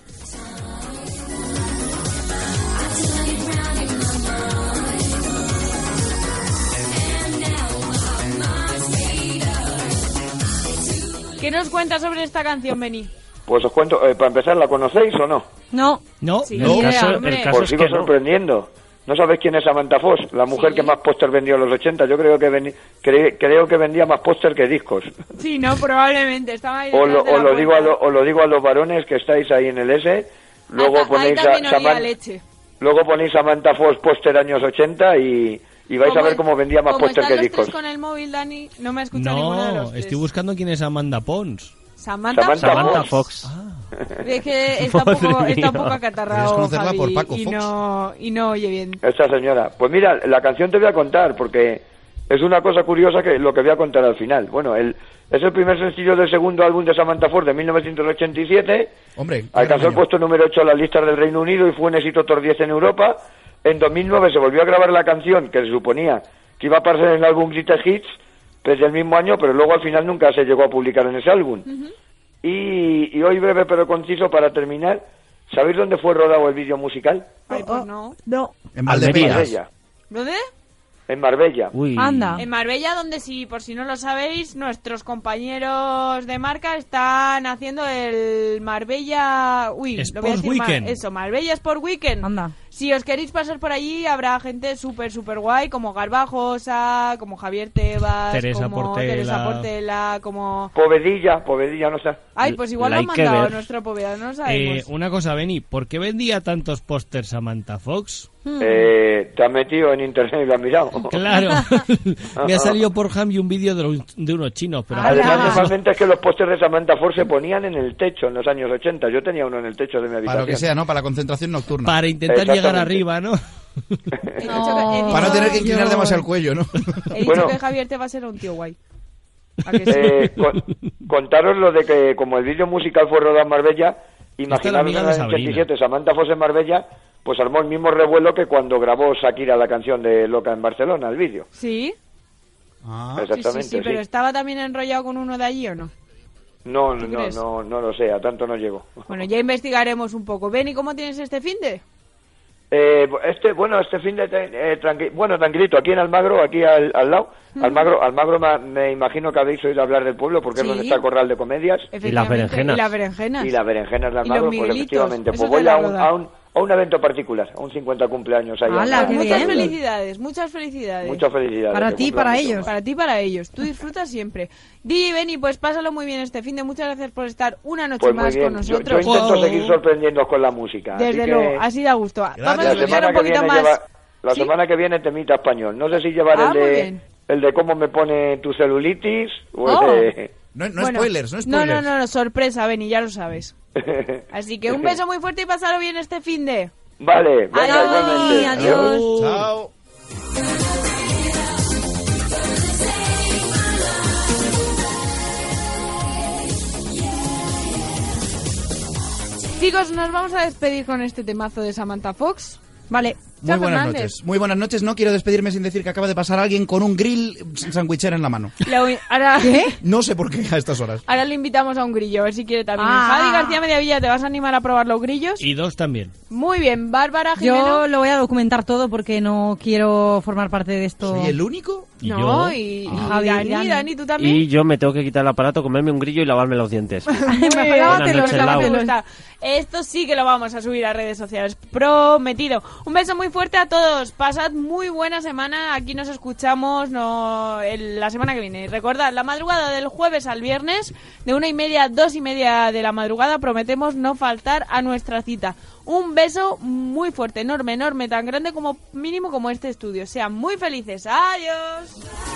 ¿Qué nos cuentas sobre esta canción, Benny?
pues os cuento eh, para empezar la conocéis o no
No.
No,
Sí, no. ni idea, caso- el hombre. caso
Os
es
sigo
que no.
sorprendiendo. ¿No sabéis quién es Samantha Foss? La mujer que más póster vendió en los 80. Yo creo que, veni- cre- creo que vendía más póster que discos.
Sí, no, probablemente. Estaba ahí.
Os lo,
detrás de
os
la
lo digo
puerta.
a lo, os lo digo a los varones que estáis ahí en el S. Luego
Ah, ta- ahí
ponéis,
también
a,
olía
Saman-
leche.
luego ponéis Samantha Foss póster años 80 y, y vais a ver cómo vendía más
Como
póster
están
que
los
discos.
tres con el móvil, Dani, no me ha escuchado ninguno de los
No,
tres.
estoy buscando quién es Amanda Pons.
Samantha,
Samantha Fox.
Ah, Es que está un
Madre
poco, está un
mía.
poco acatarrado,
Debes conocerla
Javi,
por Paco
y,
Fox.
no, y no oye bien.
Esta señora. Pues mira, la canción te voy a contar porque es una cosa curiosa que lo que voy a contar al final. Bueno, el, es el primer sencillo del segundo álbum de Samantha Fox de 1987.
Hombre,
Alcanzó el
cariño.
puesto número 8 en las listas del Reino Unido y fue un éxito top 10 en Europa. En 2009 se volvió a grabar la canción que se suponía que iba a aparecer en el álbum Greatest Hits desde el mismo año, pero luego al final nunca se llegó a publicar en ese álbum. y, y hoy breve pero conciso para terminar, ¿sabéis dónde fue rodado el vídeo musical?
Ay, pues no.
No.
En
Marbella.
¿Dónde?
En Marbella.
Ah. Eh,
En Marbella, donde si por si no lo sabéis, nuestros compañeros de marca están haciendo el Marbella, uy, lo voy a
Sports
decir mal.
Weekend.
eso, Marbella Sport Weekend. Si os queréis pasar por allí, habrá gente súper súper guay como Garbajosa, como Javier Tebas,
Teresa
como
Portela.
Teresa Portela, como
Povedilla, Povedilla no está.
Ay, pues igual
La
lo
hay
han
que
mandado
ver.
nuestro Poveda, no lo
Eh,
sabemos.
una cosa, Benny, ¿por qué vendía tantos pósters Samantha Fox?
Eh, te has metido en internet y lo has mirado.
Oh.
Claro,
Ah,
me ha salido por Ham un vídeo de, los- de unos chinos, pero
Además, normalmente es que los pósters de Samantha Ford se ponían en el techo en los años 80. Yo tenía uno en el techo de mi habitación.
Para lo que sea, ¿no? Para la concentración nocturna.
Para intentar llegar arriba, ¿no?
Para no tener que inclinar demasiado el cuello, ¿no?
He dicho
Bueno.
que Javier Tebas era un tío guay.
Eh, con- contaros lo de que como el vídeo musical fue rodado en Marbella, imaginaros
amiga
en
de
el año
Sabrina.
87 Samantha Foss en Marbella, pues armó el mismo revuelo que cuando grabó Shakira la canción de Loca en Barcelona, el vídeo.
Sí. Sí, sí,
Exactamente,
Ah,
sí, pero estaba también enrollado con uno de allí o no.
No,
¿Tú
no,
crees?
no, no lo sé, a tanto no llego.
Bueno, ya investigaremos un poco. Beni, ¿cómo tienes este fin de?
Eh, este, bueno, este fin de... te- eh, tranqui- bueno, tranquilito, aquí en Almagro, aquí al, al lado.
Ujú.
Almagro, Almagro ma- me imagino que habéis oído hablar del pueblo,
Sí.
porque es donde está el Corral de Comedias.
Y las berenjenas. y las berenjenas.
Y las
Y
berenjenas de
los
Almagro, pues
miguelitos,
efectivamente.
esos
Pues
de
voy
la
a un,
roda.
a, un, a un evento particular, a un 50 cumpleaños allá.
Ala,
en-
muchas
en-
felicidades, muchas felicidades.
Muchas felicidades. que cumplan mucho más.
Para ti, para ellos. Tú disfrutas siempre. Di, Beni, pues pásalo muy bien este fin de. Muchas gracias por estar una noche
Pues muy
más con
bien, yo, yo
nosotros.
intento seguir sorprendiendo con la música. así
Desde
que-
luego, así da gusto. Vamos a
La
escuchar
semana
un
que
poquito
viene
más.
lleva- la
¿Sí?
semana que viene temita español. No sé si llevar
Ah,
el
muy
de
bien.
el de cómo me pone tu celulitis o el
Oh.
de-
Bueno, No, no, no, sorpresa, Beni, ya lo sabes. Así que un beso muy fuerte y pasarlo bien este fin de.
vale, venga, igualmente.
adiós.
Chao.
Chicos, nos vamos a despedir con este temazo de Samantha Fox. Vale.
Muy buenas noches. Muy buenas noches. No quiero despedirme sin decir que acaba de pasar alguien con un grill sandwichera en la mano.
ahora,
No sé por qué a estas horas.
ahora le invitamos a un grillo, a ver si quiere también.
Ah.
Javi García Mediavilla, ¿te vas a animar a probar los grillos?
Y dos también.
Muy bien, Bárbara Jimeno.
Yo lo voy a documentar todo porque no quiero formar parte de esto.
¿Soy el único?
¿Y
No,
yo?
y, y
Javi,
Dani,
Dani.
Dani, tú también.
Y yo me tengo que quitar el aparato, comerme un grillo y lavarme los dientes.
Muy bien.
Buenas noches, Lau.
Está. Esto sí que lo vamos a subir a redes sociales. Prometido. Un beso muy fuerte a todos. Pasad muy buena semana. Aquí nos escuchamos no, el- la semana que viene. Y Recordad, la madrugada del jueves al viernes, de una y media a dos y media de la madrugada, prometemos no faltar a nuestra cita. Un beso muy fuerte, enorme, enorme, tan grande como mínimo como este estudio. Sean muy felices. Adiós.